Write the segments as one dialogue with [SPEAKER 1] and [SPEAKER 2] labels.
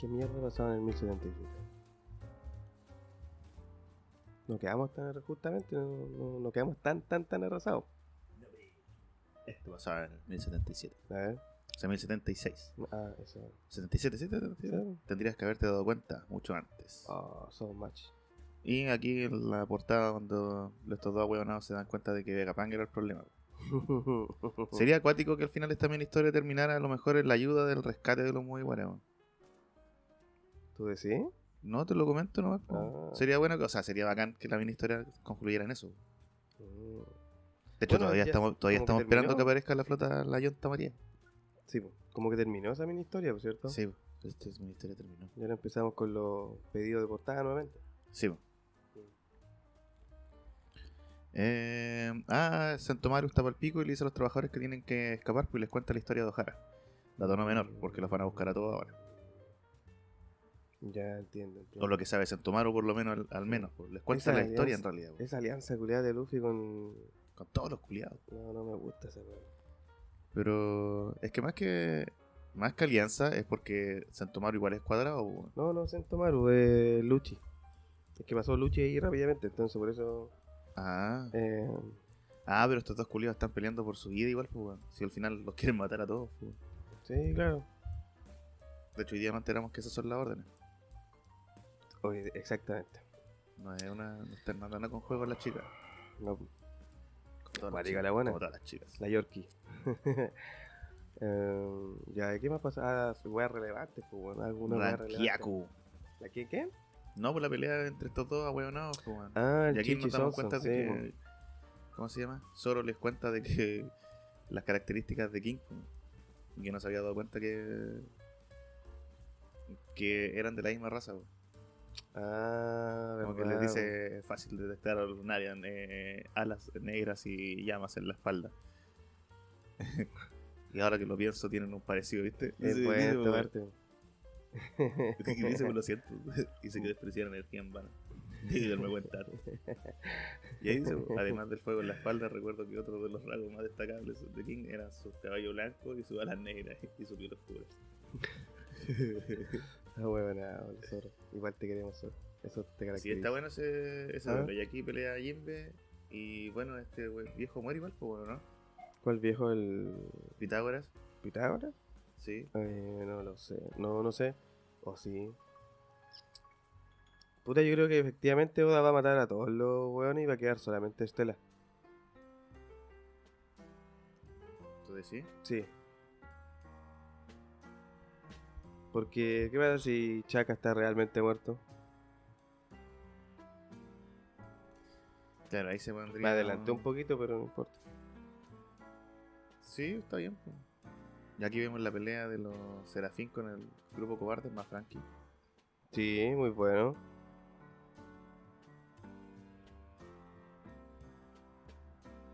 [SPEAKER 1] ¿Qué mierda pasaba en el 1077? No quedamos tan, justamente, no, no- no quedamos tan, tan, tan arrasados.
[SPEAKER 2] Esto pasaba en 1077.
[SPEAKER 1] A ver,
[SPEAKER 2] O sea, 1076.
[SPEAKER 1] ah, eso.
[SPEAKER 2] 77, sí, 77. Tendrías que haberte dado cuenta mucho antes.
[SPEAKER 1] Oh, so much.
[SPEAKER 2] Y aquí en la portada, cuando estos dos huevonados se dan cuenta de que Vegapunk era el problema.
[SPEAKER 1] Oh.
[SPEAKER 2] Sería acuático que al final esta mini historia terminara a lo mejor en la ayuda del rescate de los Mugiwara. weón.
[SPEAKER 1] ¿Tú decís?
[SPEAKER 2] No te lo comento nomás. po.
[SPEAKER 1] Ah.
[SPEAKER 2] Sería bueno, que- o sea, sería bacán que la mini historia concluyera en eso.
[SPEAKER 1] Mm,
[SPEAKER 2] De hecho,
[SPEAKER 1] Bueno,
[SPEAKER 2] todavía
[SPEAKER 1] ya-
[SPEAKER 2] estamos, todavía
[SPEAKER 1] como que
[SPEAKER 2] estamos esperando que
[SPEAKER 1] terminó.
[SPEAKER 2] aparezca la flota la Yonta María.
[SPEAKER 1] Sí, po. como que terminó esa mini historia, por cierto.
[SPEAKER 2] Sí, po. esta mini historia terminó.
[SPEAKER 1] Y ahora empezamos con los pedidos de portada nuevamente.
[SPEAKER 2] Sí. po. Eh, ah, Santomaru está para el pico y le dice a los trabajadores que tienen que escapar pues, y les cuenta la historia de O'Hara. Dato no menor, porque los van a buscar a todos ahora.
[SPEAKER 1] Ya entiendo. entiendo.
[SPEAKER 2] Con lo que sabe Santomaru, por lo menos, al, al menos. pues, les
[SPEAKER 1] Esa
[SPEAKER 2] cuenta la historia en
[SPEAKER 1] alianza-
[SPEAKER 2] realidad, po.
[SPEAKER 1] Esa alianza culiada de Luffy con.
[SPEAKER 2] con todos los culiados.
[SPEAKER 1] No, no me gusta esa weá.
[SPEAKER 2] Pero es que más que más que alianza es porque Santomaru igual es cuadrado. po, weón.
[SPEAKER 1] No, no, Sentomaru, eh, Luchi. Es que pasó Luchi ahí rápidamente, entonces por eso.
[SPEAKER 2] Ah,
[SPEAKER 1] Eh,
[SPEAKER 2] ah, pero estos dos culiados están peleando por su vida igual, pues, weón. si al final los quieren matar a todos. pues, weón.
[SPEAKER 1] sí, claro.
[SPEAKER 2] De hecho, hoy día no enteramos que esas son las órdenes.
[SPEAKER 1] Oye, exactamente.
[SPEAKER 2] No es una. No está no andan con juegos las chicas.
[SPEAKER 1] No,
[SPEAKER 2] Como todas las
[SPEAKER 1] Marica
[SPEAKER 2] chicas,
[SPEAKER 1] la buena.
[SPEAKER 2] Como todas las chicas.
[SPEAKER 1] la Yorkie. eh, ya, ¿qué más pasa? Ah, weas relevantes, pues, bueno, alguna wea relevante.
[SPEAKER 2] Rankiaku.
[SPEAKER 1] ¿La qué, qué?
[SPEAKER 2] No, por la pelea entre estos dos ahueonados, pues, weón.
[SPEAKER 1] Ah,
[SPEAKER 2] Y aquí
[SPEAKER 1] Chichi
[SPEAKER 2] nos damos
[SPEAKER 1] Johnson,
[SPEAKER 2] cuenta
[SPEAKER 1] sí,
[SPEAKER 2] de
[SPEAKER 1] bueno.
[SPEAKER 2] que. ¿Cómo se llama? Zoro les cuenta de que. Las características de King. Kong. Y que no se había dado cuenta que. Que eran de la misma raza, weón.
[SPEAKER 1] Ah,
[SPEAKER 2] Como que
[SPEAKER 1] verdad,
[SPEAKER 2] les dice. Es fácil detectar a Lunarian. eh, alas negras y llamas en la espalda. y ahora que lo pienso, tienen un parecido, ¿viste?
[SPEAKER 1] bueno. Eh,
[SPEAKER 2] Sí,
[SPEAKER 1] puede
[SPEAKER 2] sí, weón.
[SPEAKER 1] tomarte.
[SPEAKER 2] Y dice, "Pues lo siento. Y se que despreciar energía en vano. Y darme cuenta. Y ahí dice, además del fuego en la espalda, recuerdo que otro de los rasgos más destacables de King eran su caballo blanco y sus alas negras y su piel oscura.
[SPEAKER 1] Ah, huevonao, el zorro. Igual te queremos, zorro. Eso te
[SPEAKER 2] Sí,
[SPEAKER 1] caracteriza.
[SPEAKER 2] está bueno ese, ese
[SPEAKER 1] Ah.
[SPEAKER 2] duelo. Y aquí pelea Jimbe. Y bueno, este güey- viejo muere igual, pues bueno, ¿no?
[SPEAKER 1] ¿Cuál viejo? ¿El
[SPEAKER 2] Pitágoras,
[SPEAKER 1] Pitágoras?
[SPEAKER 2] sí.
[SPEAKER 1] Eh, no lo sé. No, no sé. O sí. Puta, yo creo que efectivamente Oda va a matar a todos los weones y va a quedar solamente Estela.
[SPEAKER 2] Entonces sí.
[SPEAKER 1] Sí. Porque, ¿qué pasa si Chaka está realmente muerto?
[SPEAKER 2] Claro, ahí se pondría.
[SPEAKER 1] Me adelanté un poquito, pero no importa.
[SPEAKER 2] Sí, está bien. pues. Y aquí vemos la pelea de los Serafín con el grupo cobarde más Frankie.
[SPEAKER 1] Sí, muy bueno.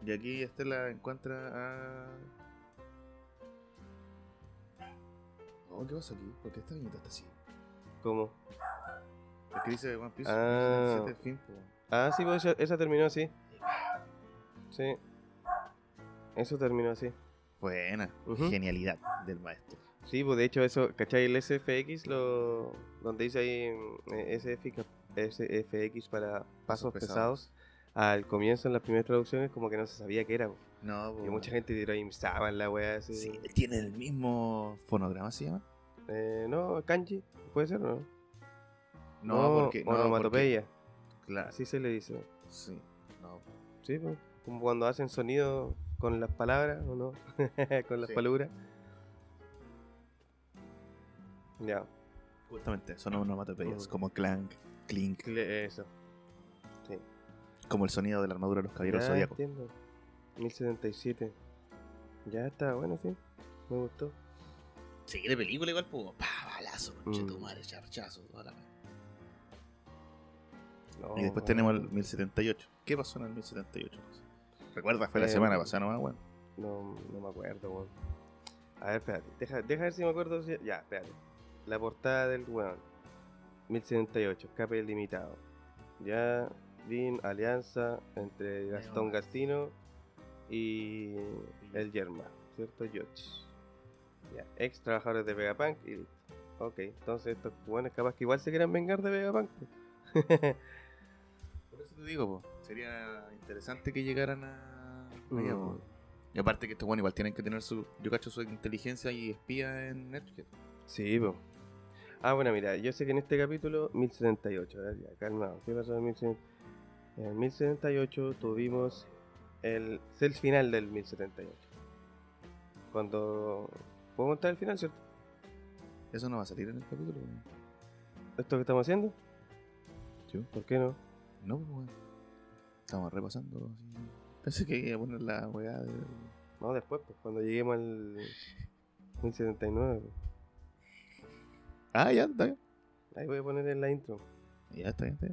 [SPEAKER 2] Y aquí Estela encuentra a. Oh, ¿qué pasa aquí? ¿Por qué esta viñeta está así?
[SPEAKER 1] ¿Cómo?
[SPEAKER 2] Es que dice One Piece.
[SPEAKER 1] Ah.
[SPEAKER 2] 17 fin, po.
[SPEAKER 1] Ah, sí, pues esa, esa terminó así. Sí. Eso terminó así.
[SPEAKER 2] Buena.
[SPEAKER 1] Ujú.
[SPEAKER 2] Genialidad del maestro.
[SPEAKER 1] Sí, pues de hecho eso, ¿cachai? El SFX, lo, donde dice ahí mm, eh, SFX, SFX para pasos
[SPEAKER 2] pesados.
[SPEAKER 1] pesados. al comienzo en las primeras traducciones como que no se sabía qué era. po.
[SPEAKER 2] No,
[SPEAKER 1] Y
[SPEAKER 2] po.
[SPEAKER 1] mucha gente tiró Imsaba en la weá. Así.
[SPEAKER 2] Mm. Sí, tiene el mismo fonograma, ¿se llama?
[SPEAKER 1] Eh, no, kanji, puede ser, ¿no?
[SPEAKER 2] porque-
[SPEAKER 1] onomatopeya,
[SPEAKER 2] Claro,
[SPEAKER 1] así se le dice.
[SPEAKER 2] sí. No.
[SPEAKER 1] Sí, pues, como cuando hacen sonido con las palabras, ¿o no? con las
[SPEAKER 2] Sí.
[SPEAKER 1] palabras. Ya,
[SPEAKER 2] Justamente, son onomatopeyas.
[SPEAKER 1] Mm.
[SPEAKER 2] Como clank, clink.
[SPEAKER 1] cle- eso.
[SPEAKER 2] Como el sonido de la armadura de los caballeros
[SPEAKER 1] Ya,
[SPEAKER 2] zodiacos.
[SPEAKER 1] entiendo. 1077. Ya está, bueno, sí. Me gustó.
[SPEAKER 2] Sí, de película igual, pues. Pa, balazo,
[SPEAKER 1] conchetumare,
[SPEAKER 2] charchazo, toda la
[SPEAKER 1] No,
[SPEAKER 2] Y después
[SPEAKER 1] bueno.
[SPEAKER 2] tenemos el 1078. ¿Qué pasó en el 1078? Recuerda, fue la
[SPEAKER 1] Eh,
[SPEAKER 2] semana pasada nomás, bueno.
[SPEAKER 1] No, no me acuerdo, weón. A ver, espérate. Deja, deja ver si me acuerdo. si- Ya, espérate. La portada del weón. 1078, escape limitado. Ya, Din, alianza entre Gastón Gastino y el Yerma, ¿cierto? George. Ya, ex trabajadores de Vegapunk y listo. Ok, entonces estos buenos capaz que igual se quieran vengar de Vegapunk.
[SPEAKER 2] Por eso te digo, po, sería interesante que llegaran a. allá, po.
[SPEAKER 1] Mm.
[SPEAKER 2] Y aparte que estos bueno igual tienen que tener su. Yo cacho su inteligencia y espía en Netflix.
[SPEAKER 1] Sí, po. Ah, bueno, mira, yo sé que en este capítulo 1078, a ver, ya, calmado, ¿qué pasó en 1078? En 1078 tuvimos el, es el final del 1078. Cuando... ¿Puedo contar el final, cierto?
[SPEAKER 2] Eso no va a salir en el capítulo, po.
[SPEAKER 1] ¿Esto que estamos haciendo?
[SPEAKER 2] Sí.
[SPEAKER 1] ¿Por qué no?
[SPEAKER 2] No, pues weón. Estamos repasando. así. Pensé que iba a poner la weá de.
[SPEAKER 1] No, después, pues, cuando lleguemos al 1079. pues.
[SPEAKER 2] Ah, ya, está bien.
[SPEAKER 1] Ahí voy a poner en la intro.
[SPEAKER 2] Ya está bien, está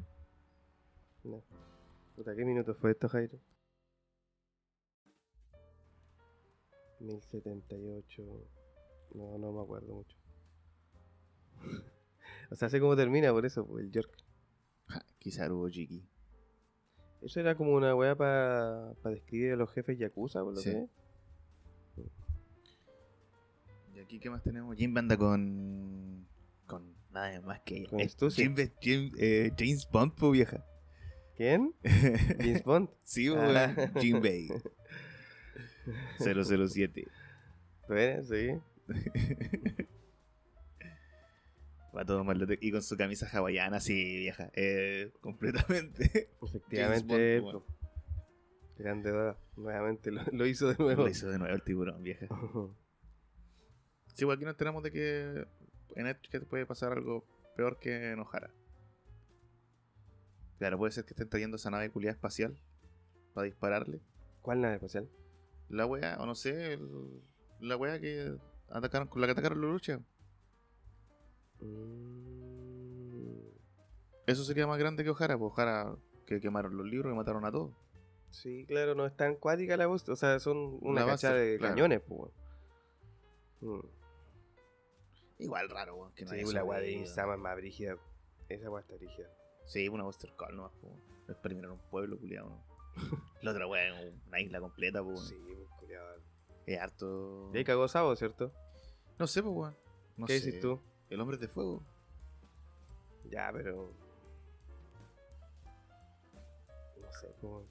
[SPEAKER 2] bien.
[SPEAKER 1] Puta, ¿qué minuto fue esto, Jairo? 1078. No, no me acuerdo mucho. o sea, sé cómo termina por eso, por el York.
[SPEAKER 2] Ja, Kizaru Ojiki.
[SPEAKER 1] Eso era como una weá para describir a los jefes Yakuza, por lo
[SPEAKER 2] Sí.
[SPEAKER 1] que es.
[SPEAKER 2] ¿Y aquí qué más tenemos? Jim anda con. con nada más que ella.
[SPEAKER 1] Con
[SPEAKER 2] Eh,
[SPEAKER 1] astucia.
[SPEAKER 2] Jim ve- Jim, eh, James Bond, pues vieja.
[SPEAKER 1] ¿Quién? James Bond.
[SPEAKER 2] sí, pues,
[SPEAKER 1] Ah.
[SPEAKER 2] weón. Jim Bay. 007.
[SPEAKER 1] Bueno, sí.
[SPEAKER 2] Va todo mal. de- Y con su camisa hawaiana, sí, vieja. Eh, completamente.
[SPEAKER 1] Efectivamente.
[SPEAKER 2] Bond,
[SPEAKER 1] po. Grande edad. Nuevamente lo, lo hizo de nuevo.
[SPEAKER 2] Lo hizo de nuevo el tiburón, vieja. Sí, igual aquí nos enteramos de que en Edgecast puede pasar algo peor que enojara. Claro, puede ser que estén trayendo esa nave culiada espacial para dispararle.
[SPEAKER 1] ¿Cuál nave espacial?
[SPEAKER 2] La wea, o no sé, el- la wea que atacaron, con la que atacaron los lucha.
[SPEAKER 1] Mm,
[SPEAKER 2] Eso sería más grande que Ojara, pues Ojara que quemaron los libros y mataron a todos.
[SPEAKER 1] Sí, claro, no es tan cuática la voz. O sea, son una
[SPEAKER 2] La base,
[SPEAKER 1] cacha de
[SPEAKER 2] claro.
[SPEAKER 1] cañones, pues. weón. Mm.
[SPEAKER 2] Igual raro, weón, que no
[SPEAKER 1] Sí,
[SPEAKER 2] haya
[SPEAKER 1] la weá de
[SPEAKER 2] sobrevivido.
[SPEAKER 1] Insama es más brígida. Esa weá está brígida.
[SPEAKER 2] Sí, una Buster Call nomás, pues. No es para mirar un pueblo culiado, ¿no? la otra wea es una isla completa, pues.
[SPEAKER 1] Sí, pues, culiado.
[SPEAKER 2] Es harto.
[SPEAKER 1] Y ahí cagó Sabo, ¿cierto?
[SPEAKER 2] No sé, pues, weón. No
[SPEAKER 1] ¿Qué
[SPEAKER 2] sé.
[SPEAKER 1] dices tú?
[SPEAKER 2] El hombre de fuego.
[SPEAKER 1] Ya, pero. No sé, pues. weón.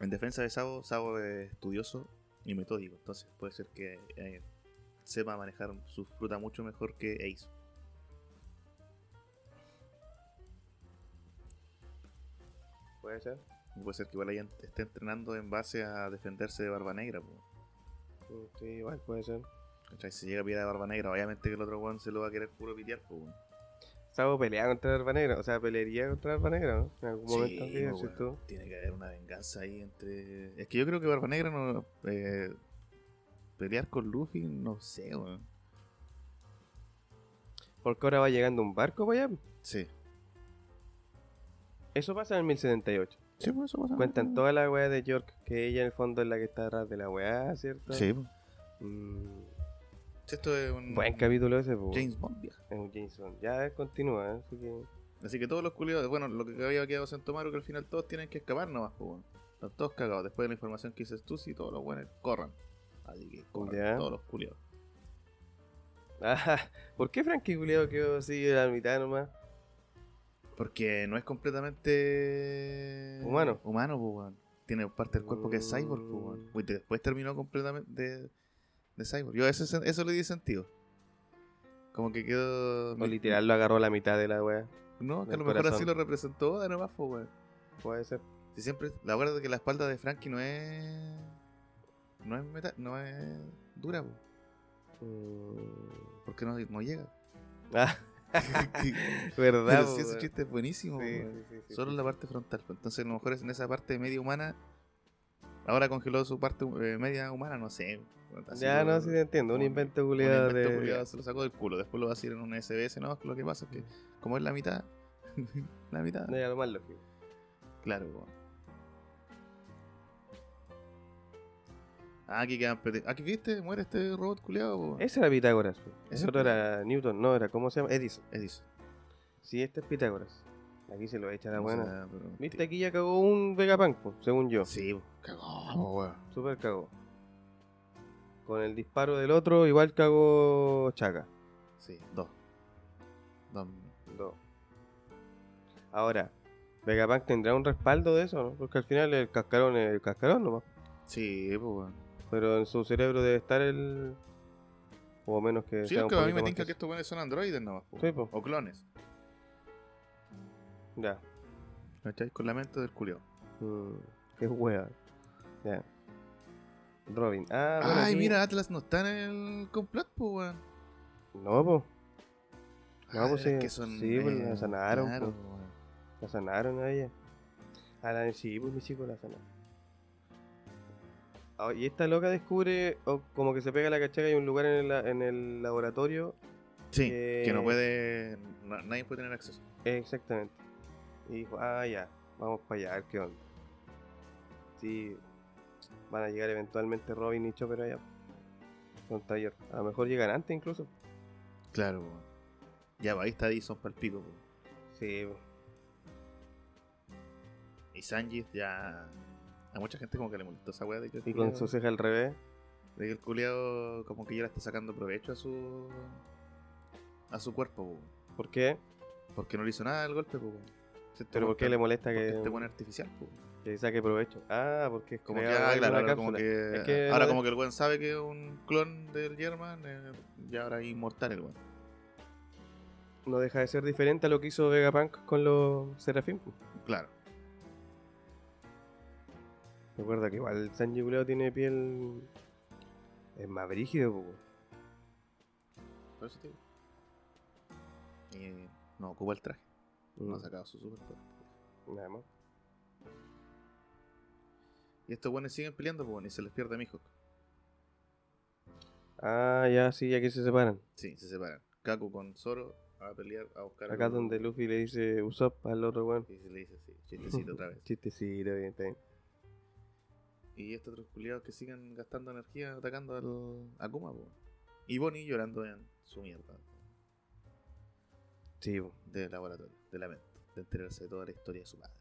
[SPEAKER 2] En defensa de Sabo, Sabo es estudioso y metódico, entonces puede ser que eh, sepa manejar su fruta mucho mejor que Ace.
[SPEAKER 1] ¿Puede ser?
[SPEAKER 2] Y Puede ser que igual ella esté entrenando en base a defenderse de Barba Negra. po.
[SPEAKER 1] Mm, Sí, igual puede ser.
[SPEAKER 2] ¿Cachai? Si llega a pillar a Barba Negra, obviamente que el otro weón se lo va a querer puro pitear. po, weón.
[SPEAKER 1] Sabo pelea contra Arba Negra. O sea, pelearía contra Arba Negra, ¿no? En algún momento,
[SPEAKER 2] Sí,
[SPEAKER 1] ¿qué
[SPEAKER 2] po,
[SPEAKER 1] dices tú?
[SPEAKER 2] weón. Tiene que haber una venganza ahí entre. Es que yo creo que Barba Negra no. eh, pelear con Luffy, no sé, weón.
[SPEAKER 1] Porque ahora va llegando un barco para allá.
[SPEAKER 2] Sí.
[SPEAKER 1] Eso pasa en el 1078.
[SPEAKER 2] Sí, pues eso pasa.
[SPEAKER 1] Cuentan toda la weá de York, que ella en el fondo es la que está atrás de la weá, ¿cierto?
[SPEAKER 2] Sí, pues.
[SPEAKER 1] Mm,
[SPEAKER 2] Esto es un.
[SPEAKER 1] buen capítulo ese, po.
[SPEAKER 2] James Bond, vieja.
[SPEAKER 1] Es un James Bond. Ya eh, continúa, ¿eh? así que.
[SPEAKER 2] Así que todos los culiados, bueno, lo que había quedado Santo Tomaro, que al final todos tienen que escapar nomás, pues, weón. Están todos cagados. Después de la información que dices tú, si todos los buenos corran. Así que corran
[SPEAKER 1] Ya.
[SPEAKER 2] todos los culiados.
[SPEAKER 1] Ajá. Ah, ¿Por qué Frankie Culeado quedó así a la mitad nomás?
[SPEAKER 2] Porque no es completamente.
[SPEAKER 1] Humano.
[SPEAKER 2] Humano, pues, weón. Tiene parte del cuerpo que es cyborg, pues, weón.
[SPEAKER 1] Mm.
[SPEAKER 2] Y te- después terminó completamente de, de cyborg. Yo a eso, eso le di sentido. Como que quedó.
[SPEAKER 1] O literal lo agarró a la mitad de la weá.
[SPEAKER 2] No, que a
[SPEAKER 1] del
[SPEAKER 2] lo mejor así
[SPEAKER 1] corazón.
[SPEAKER 2] lo representó Oda nomás, pues, weón.
[SPEAKER 1] Puede ser.
[SPEAKER 2] Si siempre. La verdad es que la espalda de Frankie no es. No es meta, no es dura, po,
[SPEAKER 1] Mm.
[SPEAKER 2] porque no, no llega.
[SPEAKER 1] Ah,
[SPEAKER 2] Pero
[SPEAKER 1] verdad.
[SPEAKER 2] sí,
[SPEAKER 1] po,
[SPEAKER 2] ese
[SPEAKER 1] weón.
[SPEAKER 2] chiste es buenísimo, po,
[SPEAKER 1] Sí,
[SPEAKER 2] weón.
[SPEAKER 1] sí, sí, sí,
[SPEAKER 2] Solo
[SPEAKER 1] sí.
[SPEAKER 2] en la parte frontal. po. Entonces, a lo mejor es en esa parte media humana. Ahora congeló su parte eh, media humana, no sé. weón, así
[SPEAKER 1] Ya
[SPEAKER 2] lo-
[SPEAKER 1] no, sí te entiendo. Un
[SPEAKER 2] un-
[SPEAKER 1] invento
[SPEAKER 2] un
[SPEAKER 1] culeado
[SPEAKER 2] invento
[SPEAKER 1] de.
[SPEAKER 2] culiao, se lo sacó del culo. Después lo va a hacer en un SBS, no, lo que pasa es que, como es la mitad, la mitad,
[SPEAKER 1] No, ya lo más lógico.
[SPEAKER 2] Claro, po. Ah, aquí quedan pete- Aquí viste, muere este robot culeado, po.
[SPEAKER 1] Ese era Pitágoras. po. Ese
[SPEAKER 2] Ese-
[SPEAKER 1] otro era Newton, no, era ¿cómo se llama? Edison.
[SPEAKER 2] Es eso.
[SPEAKER 1] Sí, este es Pitágoras. Aquí se lo echa la buena.
[SPEAKER 2] pero-
[SPEAKER 1] Ah, Viste, aquí ya cagó un Vegapunk, po, según yo.
[SPEAKER 2] Sí, po. cagó, po, weón.
[SPEAKER 1] Super cagó. Con el disparo del otro, igual cagó Chaka.
[SPEAKER 2] Sí, dos. Don-
[SPEAKER 1] Dos. Ahora, Vegapunk tendrá un respaldo de eso, ¿no? Porque al final el cascarón es el cascarón nomás.
[SPEAKER 2] Sí, pues, weón.
[SPEAKER 1] Pero en su cerebro debe estar el. O menos que.
[SPEAKER 2] Sí,
[SPEAKER 1] sea
[SPEAKER 2] es
[SPEAKER 1] un
[SPEAKER 2] que a mí
[SPEAKER 1] poquito
[SPEAKER 2] me
[SPEAKER 1] más
[SPEAKER 2] tinca
[SPEAKER 1] eso.
[SPEAKER 2] que estos buenos son androides nomás, po.
[SPEAKER 1] Sí, po.
[SPEAKER 2] O clones.
[SPEAKER 1] Ya.
[SPEAKER 2] ¿Cachai? Con la mente del culiao.
[SPEAKER 1] Mm, qué hueá. Ya. Robin. Ah, bueno,
[SPEAKER 2] Ay,
[SPEAKER 1] aquí-
[SPEAKER 2] mira, Atlas no está en el complot, pues, weón.
[SPEAKER 1] No, po. No,
[SPEAKER 2] Ah,
[SPEAKER 1] pues,
[SPEAKER 2] es
[SPEAKER 1] sí,
[SPEAKER 2] que son,
[SPEAKER 1] sí, pues, la
[SPEAKER 2] eh,
[SPEAKER 1] sanaron,
[SPEAKER 2] claro,
[SPEAKER 1] pues.
[SPEAKER 2] weón.
[SPEAKER 1] La sanaron a ella. A la sí, pues mi chico la sanaron. Ah, Y esta loca descubre, o como que se pega la cachaca y un lugar en el, la- en el laboratorio.
[SPEAKER 2] Sí,
[SPEAKER 1] Eh,
[SPEAKER 2] que no puede. na- nadie puede tener acceso.
[SPEAKER 1] Eh, Exactamente. Y dijo, ah, ya, vamos para allá, a ver qué onda. Sí, van a llegar eventualmente Robin y Chopper allá. Con Taller. A lo mejor llegan antes incluso.
[SPEAKER 2] Claro, weón. Ya, pues, ahí está Dison para el pico, po.
[SPEAKER 1] Sí, pues.
[SPEAKER 2] Y Sanji ya. A mucha gente como que le molestó esa weá de que el
[SPEAKER 1] y con
[SPEAKER 2] culiao-
[SPEAKER 1] su ceja al revés.
[SPEAKER 2] de que el culiao como que ya le está sacando provecho a su. a su cuerpo, po.
[SPEAKER 1] ¿Por qué?
[SPEAKER 2] Porque no le hizo nada el golpe, po. Se
[SPEAKER 1] Pero ¿por qué le molesta que,
[SPEAKER 2] Este buen artificial, po.
[SPEAKER 1] que saque provecho? Ah, porque es
[SPEAKER 2] Como que,
[SPEAKER 1] creado
[SPEAKER 2] ah,
[SPEAKER 1] en
[SPEAKER 2] claro,
[SPEAKER 1] una
[SPEAKER 2] ahora como
[SPEAKER 1] cápsula.
[SPEAKER 2] que,
[SPEAKER 1] Es que
[SPEAKER 2] ahora
[SPEAKER 1] la-
[SPEAKER 2] como que el weón sabe que es un clon del German, eh, ya ahora es inmortal el weón.
[SPEAKER 1] no deja de ser diferente a lo que hizo Vegapunk con los Serafín.
[SPEAKER 2] Claro.
[SPEAKER 1] Recuerda que igual el Sanji culiao tiene piel. Es más brígido, pues.
[SPEAKER 2] Por eso te digo. Eh, no ocupa el traje, no ha sacado su superpoder.
[SPEAKER 1] Nada más.
[SPEAKER 2] Y estos weones siguen peleando, pues, y se les pierde a Mihawk.
[SPEAKER 1] Ah, ya, sí, aquí se separan.
[SPEAKER 2] Sí, se separan. Kaku con Zoro a pelear, a buscar a
[SPEAKER 1] Acá
[SPEAKER 2] Luffy.
[SPEAKER 1] donde Luffy le dice Usopp al otro weón.
[SPEAKER 2] Y se le dice así, chistecito otra vez.
[SPEAKER 1] Chistecito, bien, está bien.
[SPEAKER 2] Y estos otros culiados que siguen gastando energía atacando al a Kuma, po. Y Bonnie llorando en su mierda
[SPEAKER 1] Sí, po.
[SPEAKER 2] de laboratorio, de lamento, de enterarse de toda la historia de su padre.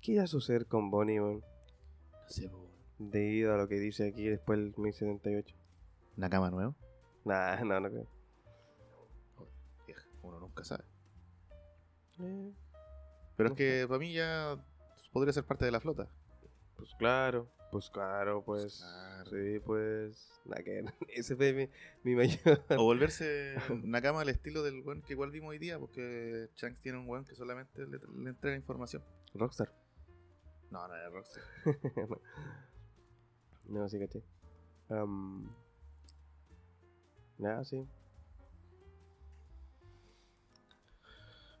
[SPEAKER 1] ¿Qué irá a suceder con Bonnie, weón?
[SPEAKER 2] No sé, pues, po.
[SPEAKER 1] Debido a lo que dice aquí después del 1078.
[SPEAKER 2] ¿Una cama nueva?
[SPEAKER 1] Nah, no, no creo.
[SPEAKER 2] Vieja, uno nunca sabe.
[SPEAKER 1] Eh,
[SPEAKER 2] Pero
[SPEAKER 1] No
[SPEAKER 2] es que para mí ya podría ser parte de la flota.
[SPEAKER 1] pues claro, pues claro, pues.
[SPEAKER 2] Pues claro.
[SPEAKER 1] Sí, pues. Nah, que ese fue mi, mi mayor.
[SPEAKER 2] O volverse una cama al estilo del weón que igual vimos hoy día, porque Shanks tiene un weón que solamente le, le entrega información.
[SPEAKER 1] Rockstar.
[SPEAKER 2] No, no era Roxy.
[SPEAKER 1] no, sí, caché. Am, nada, sí.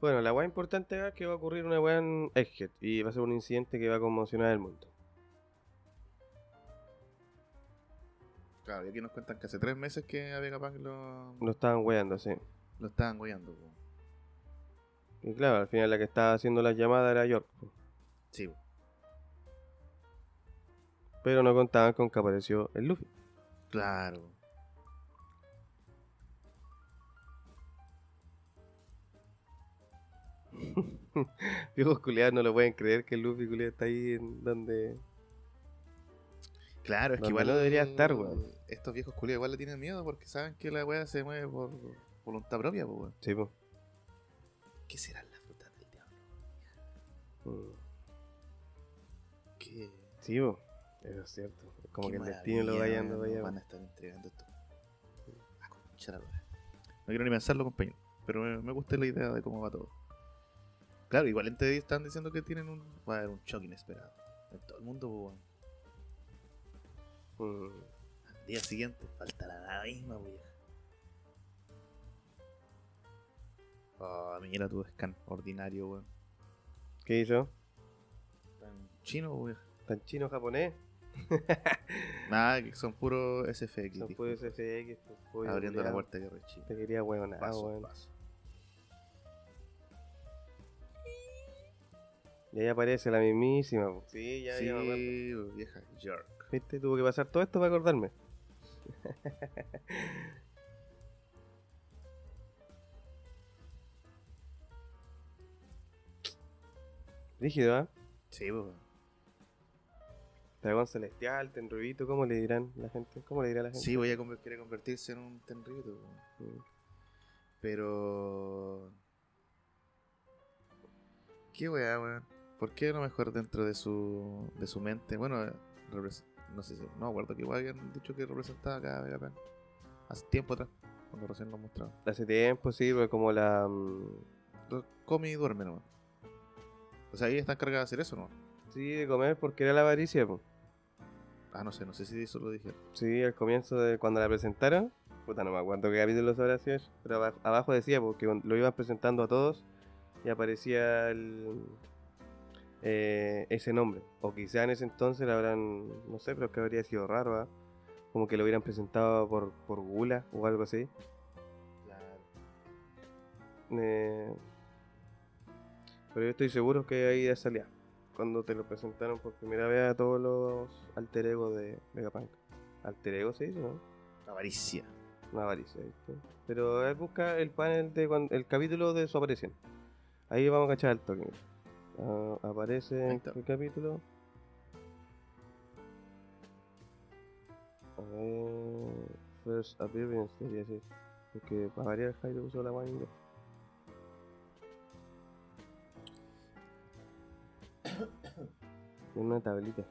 [SPEAKER 1] Bueno, la weá importante acá es que va a ocurrir una weá en Egghead y va a ser un incidente que va a conmocionar el mundo.
[SPEAKER 2] Claro, y aquí nos cuentan que hace tres meses que a Vegapunk lo,
[SPEAKER 1] Lo estaban weando, sí.
[SPEAKER 2] lo estaban goyando. po.
[SPEAKER 1] Y claro, al final la que estaba haciendo las llamadas era York. po.
[SPEAKER 2] Sí, po.
[SPEAKER 1] Pero no contaban con que apareció el Luffy.
[SPEAKER 2] claro.
[SPEAKER 1] Viejos culiados no lo pueden creer que el Luffy culiado está ahí en donde.
[SPEAKER 2] Claro, es
[SPEAKER 1] Donde
[SPEAKER 2] que igual
[SPEAKER 1] no debería estar, weón.
[SPEAKER 2] Estos viejos culiados igual le tienen miedo porque saben que la weá se mueve por voluntad propia, po, weón.
[SPEAKER 1] Sí, po.
[SPEAKER 2] ¿Qué serán las frutas del diablo?
[SPEAKER 1] Mm.
[SPEAKER 2] ¿Qué,
[SPEAKER 1] Sí, po. Eso es cierto. Es Como
[SPEAKER 2] qué
[SPEAKER 1] que el destino lo va
[SPEAKER 2] maravilla
[SPEAKER 1] yendo
[SPEAKER 2] nos
[SPEAKER 1] para allá. po.
[SPEAKER 2] Van a estar entregando esto. A concha la lora. Mm. No quiero ni pensarlo, compañero. Pero me, me gusta la idea de cómo va todo. Claro, igual en TDI están diciendo que tienen un. Va a haber un shock inesperado. En todo el mundo, pues, weón.
[SPEAKER 1] Mm.
[SPEAKER 2] Al día siguiente faltará la misma, pues, weón. Ah, mira tu scan ordinario, weón.
[SPEAKER 1] ¿Qué hizo?
[SPEAKER 2] Tan chino, pues, weón.
[SPEAKER 1] ¿Tan chino japonés?
[SPEAKER 2] Nada, que son puros SFX.
[SPEAKER 1] No
[SPEAKER 2] dijo.
[SPEAKER 1] puede ser FX. pues, pollo
[SPEAKER 2] Abriendo
[SPEAKER 1] culiao.
[SPEAKER 2] la puerta que rechina.
[SPEAKER 1] Te quería hueonar,
[SPEAKER 2] Paso,
[SPEAKER 1] Ah, weón.
[SPEAKER 2] paso.
[SPEAKER 1] Y ahí aparece la mismísima. po. Sí,
[SPEAKER 2] sí,
[SPEAKER 1] me acuerdo.
[SPEAKER 2] vieja York.
[SPEAKER 1] Viste, tuvo que pasar todo esto para acordarme. Rígido, ¿ah?
[SPEAKER 2] Sí, pues, weón.
[SPEAKER 1] Dragón celestial, tenrubito, ¿cómo le dirán la gente? ¿Cómo le dirá la gente?
[SPEAKER 2] Sí, voy a conver- quiere convertirse en un tenrito.
[SPEAKER 1] Mm.
[SPEAKER 2] Pero. Qué weá, weón. ¿Por qué a lo mejor dentro de su, de su mente? Bueno, repres- no sé, si- no me acuerdo que weá habían dicho que representaba cada Vegapunk. Hace tiempo atrás, cuando recién lo mostraba.
[SPEAKER 1] Hace tiempo, sí, pero como la. mm,
[SPEAKER 2] Lo Come y duerme nomás. O sea, ahí está encargada de hacer eso, ¿no?
[SPEAKER 1] Sí, de comer porque era la avaricia, po.
[SPEAKER 2] Ah, no sé, no sé si eso lo dije.
[SPEAKER 1] Sí, al comienzo de cuando la presentaron. Puta, no me acuerdo qué capítulo habrá sido, pero aba- abajo decía, porque cuando lo iban presentando a todos y aparecía el, eh, ese nombre. O quizá en ese entonces lo habrán, no sé, pero es que habría sido raro, ¿ah? Como que lo hubieran presentado por, por gula o algo así. Eh, pero yo estoy seguro que ahí ya salía. Cuando te lo presentaron por primera vez a todos los alter egos de Megapunk. Alter ego se dice, ¿no?
[SPEAKER 2] Avaricia.
[SPEAKER 1] Una avaricia, ¿viste? Pero él busca el panel de cuan- el capítulo de su aparición. Ahí vamos a cachar el toque. mira. Ah, aparece
[SPEAKER 2] Ahí
[SPEAKER 1] en
[SPEAKER 2] está.
[SPEAKER 1] el capítulo. A ver. First appearance, debería decir. Porque para variar Jairo puso la guay en inglés. En una tablita.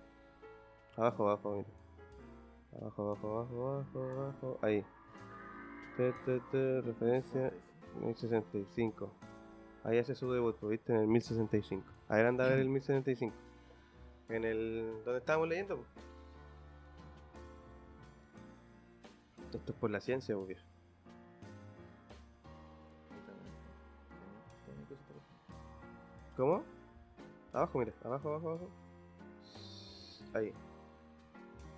[SPEAKER 1] Abajo, abajo, mira. Abajo, abajo, abajo, abajo, abajo. Ahí. Te, te, te, referencia 1065. Ahí hace su debut, pues, ¿viste? En el 1065. A ver, anda a ver el 1065. En el. ¿Dónde estábamos leyendo? po? Esto es por la ciencia, obvio. ¿Cómo? Abajo, mira, abajo, abajo, abajo. Ahí.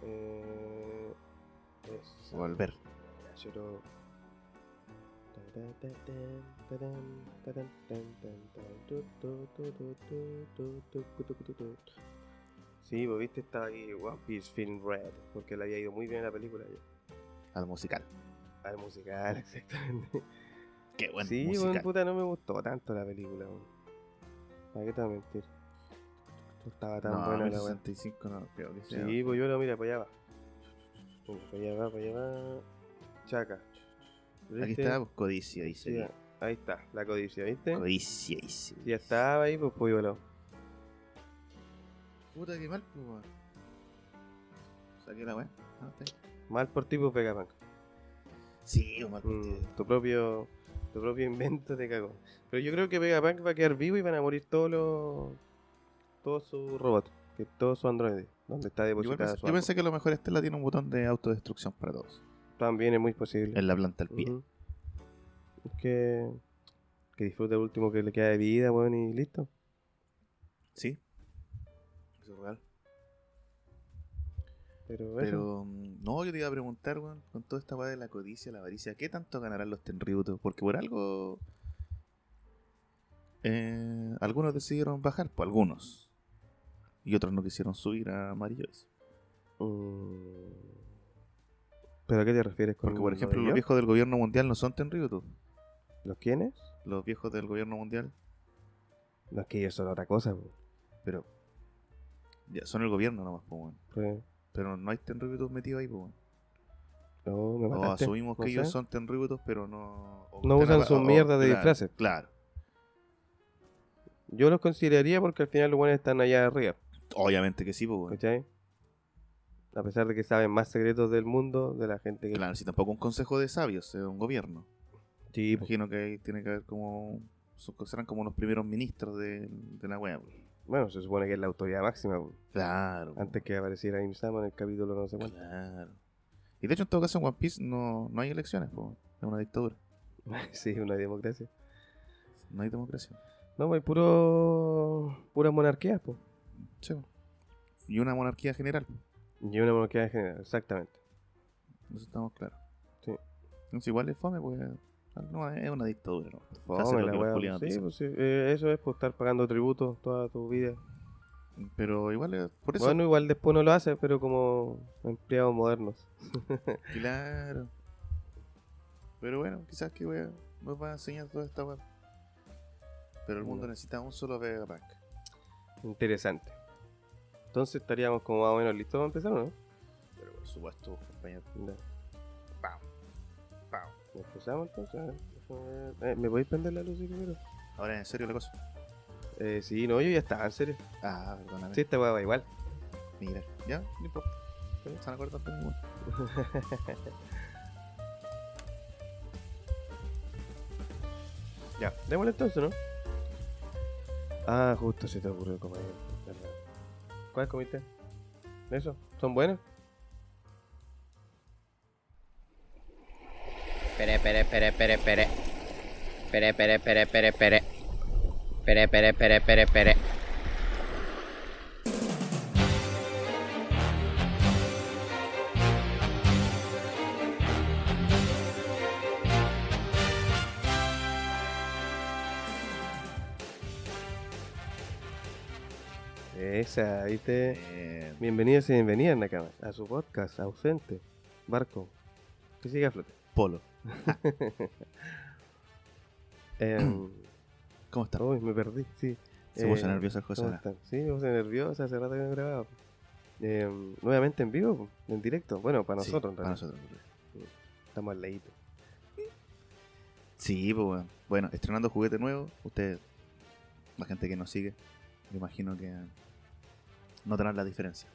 [SPEAKER 1] Eh, eso.
[SPEAKER 2] Volver.
[SPEAKER 1] Lloró. Tarán, tarán, tarán, tarán, tarán, tarán, tu, tu, tu, tu, tu, tu, tu, tu, tu, tu, tu. Sí, vos viste, está ahí One Piece Film Red, porque le había ido muy bien la película ya.
[SPEAKER 2] Al musical.
[SPEAKER 1] Al musical, exactamente.
[SPEAKER 2] Qué buen
[SPEAKER 1] sí, weón,
[SPEAKER 2] musical.
[SPEAKER 1] puta, no me gustó tanto la película, weón. ¿Para qué te voy a mentir? No estaba tan
[SPEAKER 2] no,
[SPEAKER 1] buena la weón.
[SPEAKER 2] 65 no creo que sea.
[SPEAKER 1] Sí, pues yo lo mira, para allá va. Mira, Para allá va, para allá va. Chaca.
[SPEAKER 2] Aquí
[SPEAKER 1] ¿Viste?
[SPEAKER 2] está, pues, codicia, dice.
[SPEAKER 1] Sí, ¿eh?
[SPEAKER 2] aquí.
[SPEAKER 1] ahí está, la codicia, ¿viste?
[SPEAKER 2] Codicia, dice.
[SPEAKER 1] Si ya estaba ahí, pues pues bueno.
[SPEAKER 2] Puta, qué mal, pues, weón. Saqué la weá. Ah, está ahí.
[SPEAKER 1] Mal por ti, pues Vegapunk.
[SPEAKER 2] Sí, un mal pues, partido.
[SPEAKER 1] Mm, tu propio tu propio invento te cagó. Pero yo creo que Vegapunk va a quedar vivo y van a morir todos los todos sus robots, que todos sus androides, donde está
[SPEAKER 2] Igual
[SPEAKER 1] depositada
[SPEAKER 2] pensé-
[SPEAKER 1] su
[SPEAKER 2] yo
[SPEAKER 1] alma.
[SPEAKER 2] pensé que a lo mejor Estela tiene un botón de autodestrucción para todos.
[SPEAKER 1] También es muy posible.
[SPEAKER 2] En la planta al pie.
[SPEAKER 1] Ujú. Es que que disfrute el último que le queda de vida, weón, y listo.
[SPEAKER 2] Sí. Eso es real.
[SPEAKER 1] Pero, eso.
[SPEAKER 2] Pero mm, no, yo te iba a preguntar, weón, con toda esta weá de la codicia, la avaricia, ¿qué tanto ganarán los tenryutos? Porque por algo. eh, algunos decidieron bajar, pues algunos. Y otros no quisieron subir a Mary Joyce.
[SPEAKER 1] Mm. ¿Pero a qué te refieres con
[SPEAKER 2] Porque, por
[SPEAKER 1] lo
[SPEAKER 2] ejemplo,
[SPEAKER 1] de
[SPEAKER 2] los
[SPEAKER 1] yo?
[SPEAKER 2] viejos del gobierno mundial no son tenryutos.
[SPEAKER 1] ¿Los quiénes?
[SPEAKER 2] Los viejos del gobierno mundial,
[SPEAKER 1] No es que ellos son otra cosa, weón.
[SPEAKER 2] pero. Ya, son el gobierno nomás, pues, weón.
[SPEAKER 1] Pues,
[SPEAKER 2] Pero no hay tenryutos metidos ahí, pues, weón.
[SPEAKER 1] No, me
[SPEAKER 2] O
[SPEAKER 1] mataste.
[SPEAKER 2] asumimos que
[SPEAKER 1] no
[SPEAKER 2] ellos
[SPEAKER 1] sé.
[SPEAKER 2] son tenryutos, pero no. o
[SPEAKER 1] No usan
[SPEAKER 2] están apa-
[SPEAKER 1] sus
[SPEAKER 2] o-
[SPEAKER 1] mierdas de
[SPEAKER 2] claro,
[SPEAKER 1] disfraces.
[SPEAKER 2] Claro.
[SPEAKER 1] Yo los consideraría porque al final los buenos están allá arriba,
[SPEAKER 2] Obviamente que sí, pues, weón.
[SPEAKER 1] ¿cachai? A pesar de que saben más secretos del mundo de la gente que...
[SPEAKER 2] Claro, si tampoco un consejo de sabios, es un gobierno.
[SPEAKER 1] Sí, pues,
[SPEAKER 2] Imagino que ahí tiene que haber como. son- Serán como los primeros ministros de, de la web.
[SPEAKER 1] bueno, se supone que es la autoridad máxima, pues,
[SPEAKER 2] Claro.
[SPEAKER 1] antes que apareciera Imsama en el capítulo no sé cuánto.
[SPEAKER 2] Claro. Y de hecho, en todo caso, en One Piece no, no hay elecciones, po. es una dictadura.
[SPEAKER 1] sí, una democracia.
[SPEAKER 2] No hay democracia.
[SPEAKER 1] No, pues hay puro... puras monarquías, pues.
[SPEAKER 2] Sí, po. Y una monarquía general, po.
[SPEAKER 1] Y una monarquía en general, exactamente.
[SPEAKER 2] eso estamos claros.
[SPEAKER 1] Sí.
[SPEAKER 2] Entonces, igual es fome, pues. No, es una dictadura, ¿no? Se
[SPEAKER 1] Fome,
[SPEAKER 2] hace lo
[SPEAKER 1] la
[SPEAKER 2] que los
[SPEAKER 1] wea,
[SPEAKER 2] culiados
[SPEAKER 1] sí,
[SPEAKER 2] dicen.
[SPEAKER 1] pues, sí. Eh, eso es por estar pagando tributos toda tu vida.
[SPEAKER 2] Pero igual, es- por eso.
[SPEAKER 1] Bueno, igual después no lo hace, pero como empleados modernos.
[SPEAKER 2] Claro. Pero bueno, quizás que wea, nos va a enseñar toda esta web. Pero el mundo
[SPEAKER 1] Ya.
[SPEAKER 2] necesita un solo Vegapunk.
[SPEAKER 1] Interesante. Entonces estaríamos como más o menos listos para empezar, ¿o ¿no?
[SPEAKER 2] Pero por supuesto, compañero.
[SPEAKER 1] Ya.
[SPEAKER 2] Pau. Pau.
[SPEAKER 1] ¿Empezamos entonces? A ver. Déjame ver. Eh, ¿Me podéis prender la luz si primero?
[SPEAKER 2] Ahora, ¿en serio la cosa?
[SPEAKER 1] Eh, sí, no, yo ya estaba, en serio.
[SPEAKER 2] Ah, perdóname.
[SPEAKER 1] Sí, esta weá va igual.
[SPEAKER 2] Mira, ya, no importa. Se van a cortar pero igual.
[SPEAKER 1] Ya, démosle entonces, ¿no? Ah, justo se te ocurrió comer. verdad. ¿Cuáles comiste? ¿Eso? ¿Son buenas?
[SPEAKER 3] Pere, pere, pere, pere, pere. Pere, pere, pere, pere, pere. Pere, pere, pere, pere, pere.
[SPEAKER 1] Esa, ¿viste?
[SPEAKER 2] Bien.
[SPEAKER 1] Bienvenidos y bienvenidas, Nakamas, a su podcast ausente, Barco, que sigue a flote.
[SPEAKER 2] Polo,
[SPEAKER 1] Em,
[SPEAKER 2] ¿cómo estás?
[SPEAKER 1] uy, me perdí, sí.
[SPEAKER 2] Se puso pues,
[SPEAKER 1] Eh,
[SPEAKER 2] nerviosa el
[SPEAKER 1] ¿Cómo
[SPEAKER 2] José.
[SPEAKER 1] están? Sí, me puse nerviosa, hace rato que no grababa. pues. Em, nuevamente en vivo, po, en directo. Bueno, para
[SPEAKER 2] Sí,
[SPEAKER 1] nosotros, en
[SPEAKER 2] Para
[SPEAKER 1] realidad.
[SPEAKER 2] nosotros.
[SPEAKER 1] estamos al leído.
[SPEAKER 2] Sí, pues bueno. Bueno, estrenando juguete nuevo, usted, la gente que nos sigue, me imagino que notarán la diferencia.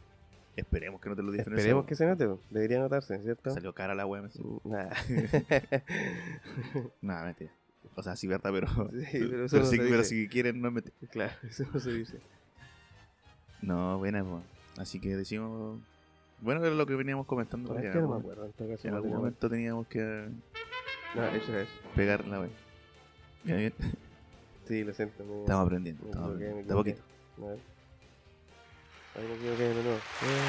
[SPEAKER 2] Esperemos que noten la diferencia.
[SPEAKER 1] Esperemos que se note, po. debería notarse, ¿cierto?
[SPEAKER 2] Salió cara la wea, me
[SPEAKER 1] Mm, Nah.
[SPEAKER 2] Nada, mentira. O sea, sí, verdad, pero.
[SPEAKER 1] Sí, pero
[SPEAKER 2] pero,
[SPEAKER 1] eso no
[SPEAKER 2] sí-
[SPEAKER 1] se
[SPEAKER 2] pero
[SPEAKER 1] dice.
[SPEAKER 2] si quieren, no es mentira.
[SPEAKER 1] claro, eso no se dice.
[SPEAKER 2] No, buena, pues. Así que decimos. Bueno, era lo que veníamos comentando.
[SPEAKER 1] Bueno,
[SPEAKER 2] porque
[SPEAKER 1] Pues es que pues, no
[SPEAKER 2] en
[SPEAKER 1] me
[SPEAKER 2] algún-
[SPEAKER 1] acuerdo en todo caso.
[SPEAKER 2] en algún
[SPEAKER 1] no,
[SPEAKER 2] momento teníamos que
[SPEAKER 1] eso es.
[SPEAKER 2] pegar la wea. Bien, bien.
[SPEAKER 1] Sí, lo siento. me-
[SPEAKER 2] Estamos aprendiendo.
[SPEAKER 1] me
[SPEAKER 2] Estamos
[SPEAKER 1] equivoqué, me
[SPEAKER 2] aprendiendo. De a poquito.
[SPEAKER 1] equivoqué. A ver. Ahí me equivoqué de nuevo. Eh,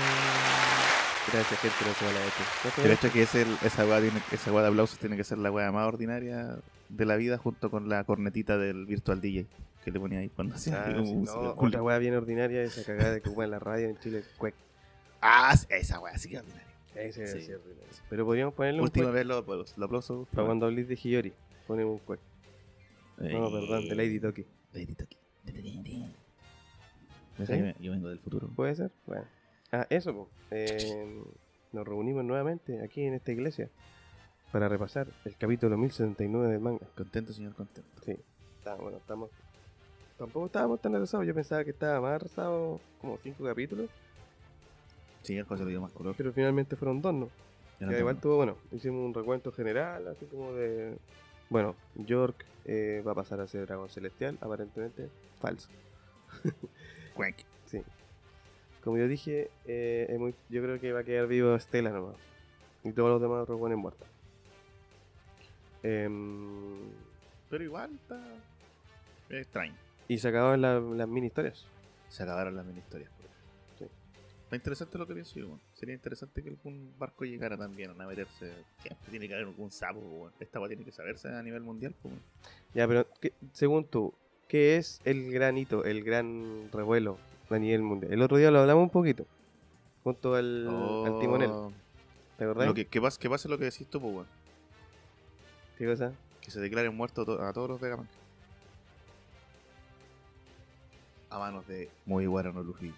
[SPEAKER 1] Gracias, gente, no se van a esto. ¿No se
[SPEAKER 2] Pero
[SPEAKER 1] van a-
[SPEAKER 2] esto que es el, esa weá tiene- esa weá de aplausos tiene que ser la weá más ordinaria de la vida junto con la cornetita del virtual DJ que le ponía ahí cuando hacía
[SPEAKER 1] Ah,
[SPEAKER 2] algo
[SPEAKER 1] sí,
[SPEAKER 2] música,
[SPEAKER 1] no,
[SPEAKER 2] culo.
[SPEAKER 1] otra weá bien ordinaria esa cagada de que ocupan la radio en Chile. Cuec.
[SPEAKER 2] Ah, esa weá sí que es ordinaria.
[SPEAKER 1] Ese
[SPEAKER 2] Sí.
[SPEAKER 1] debe ser ordinario. Pero podríamos ponerle un
[SPEAKER 2] Última
[SPEAKER 1] cuec.
[SPEAKER 2] vez los aplausos. Los aplausos.
[SPEAKER 1] Para cuando hablís de Hiyori, ponemos un cuec. No,
[SPEAKER 2] Eh,
[SPEAKER 1] perdón, de Lady Toki.
[SPEAKER 2] Lady Toki.
[SPEAKER 1] ¿Sí? Pues-
[SPEAKER 2] Yo- Yo vengo del futuro.
[SPEAKER 1] ¿Puede ser? Bueno. Ah, eso, po. Eh, nos reunimos nuevamente aquí en esta iglesia para repasar el capítulo 1079 del manga.
[SPEAKER 2] Contento, señor, contento.
[SPEAKER 1] Sí, está, bueno, estamos. Tampoco estábamos tan atrasados, yo pensaba que estaba más atrasado, como cinco capítulos,
[SPEAKER 2] Señor José le dio más color.
[SPEAKER 1] pero finalmente fueron dos, ¿no?
[SPEAKER 2] Yo no
[SPEAKER 1] Ya, igual
[SPEAKER 2] tengo-
[SPEAKER 1] tuvo, bueno, hicimos un recuento general, así como de. Bueno, York eh, va a pasar a ser dragón celestial, aparentemente falso.
[SPEAKER 2] Cuenc.
[SPEAKER 1] Sí. Como yo dije, eh, es muy- yo creo que va a quedar vivo Estela nomás. Y todos los demás otros buenos muertos. Em,
[SPEAKER 2] Pero igual está. es extraño.
[SPEAKER 1] y se acaban la- las mini historias.
[SPEAKER 2] Se acabaron las mini historias. por ejemplo.
[SPEAKER 1] Sí.
[SPEAKER 2] Está interesante lo que pienso yo, weón. Sería interesante que algún barco llegara también a meterse. Siempre tiene que haber algún sapo, weón. Esta weá tiene que saberse a nivel mundial, pues, weón.
[SPEAKER 1] Ya, pero ¿qué- según tú, ¿qué es el gran hito, el gran revuelo a nivel mundial? El otro día lo hablamos un poquito, junto al, al timonel,
[SPEAKER 2] Oh,
[SPEAKER 1] ¿te acordás?
[SPEAKER 2] Lo que, que, pase, que pase lo que decís tú, pues, weón.
[SPEAKER 1] ¿Qué cosa?
[SPEAKER 2] Que se declaren muertos to- a todos los Vegaman. A manos de Mugiwara no Luffy.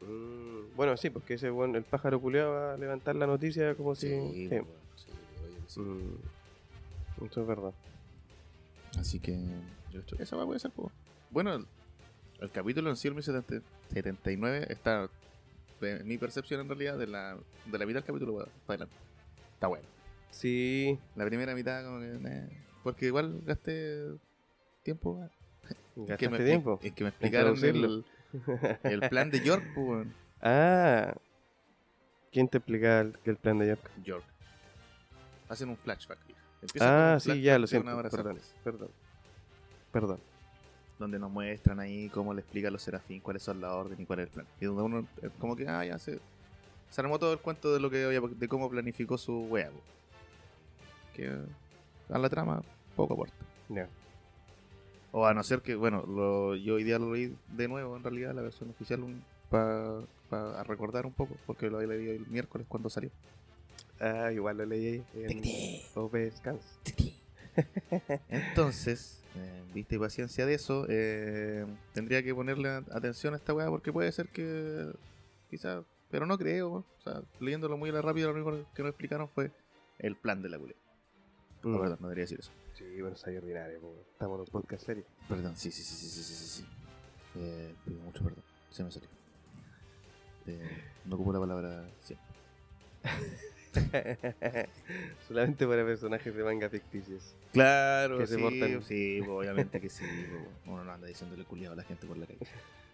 [SPEAKER 1] Mm, bueno, sí, porque ese buen, el pájaro culeado va a levantar la noticia como si... sí.
[SPEAKER 2] pues, weón, sí, pues. oye, que sí.
[SPEAKER 1] Mm, eso es verdad.
[SPEAKER 2] Así que yo creo que esa va a ser pues. Bueno, el, el capítulo en sí, el 1079, está, en mi percepción en realidad, de la, de la mitad del capítulo para adelante. Está bueno.
[SPEAKER 1] Sí,
[SPEAKER 2] La primera mitad, como que, eh, porque igual gasté tiempo. weón. Es
[SPEAKER 1] gastaste
[SPEAKER 2] que me,
[SPEAKER 1] tiempo.
[SPEAKER 2] Es que me explicaron el,
[SPEAKER 1] traducirlo.
[SPEAKER 2] el plan de York, pues, weón.
[SPEAKER 1] Ah, ¿quién te explicaba el, el plan de York?
[SPEAKER 2] York. Hacen un flashback. Empieza con
[SPEAKER 1] Ah,
[SPEAKER 2] un
[SPEAKER 1] sí,
[SPEAKER 2] flashback
[SPEAKER 1] ya lo
[SPEAKER 2] de una
[SPEAKER 1] siento,
[SPEAKER 2] hora
[SPEAKER 1] perdón,
[SPEAKER 2] antes,
[SPEAKER 1] perdón, perdón.
[SPEAKER 2] donde nos muestran ahí cómo le explica a los serafín cuáles son las órdenes y cuál es el plan. Y donde uno, eh, como que, ah, ya se, se armó todo el cuento de lo que había- de cómo planificó su wea. po. Que eh, a la trama poco aporta.
[SPEAKER 1] Ya.
[SPEAKER 2] O a no ser que, bueno, lo- yo hoy día lo leí de nuevo, en realidad, la versión oficial, para recordar un poco, porque lo había leído el miércoles cuando salió.
[SPEAKER 1] Ah, igual lo leí en OBS Cans.
[SPEAKER 2] Entonces, eh, vista y paciencia de eso, eh, tendría que ponerle a- atención a esta weá porque puede ser que quizás, pero no creo, weón. o sea, leyéndolo muy a la rápida, lo único que nos explicaron fue el plan de la culé. No,
[SPEAKER 1] Mm.
[SPEAKER 2] perdón, no debería decir eso.
[SPEAKER 1] Sí, bueno, soy ordinario, po, weón. Estamos en un podcast serio.
[SPEAKER 2] Perdón, sí, sí, sí, sí, sí, sí, sí, sí. Eh, pido mucho perdón, se me salió. Eh, no ocupo la palabra siempre.
[SPEAKER 1] Solamente para personajes de manga ficticios.
[SPEAKER 2] Claro,
[SPEAKER 1] Que se
[SPEAKER 2] sí,
[SPEAKER 1] portan.
[SPEAKER 2] sí, pues, obviamente que sí. pues, uno no anda diciéndole culiado a la gente por la calle.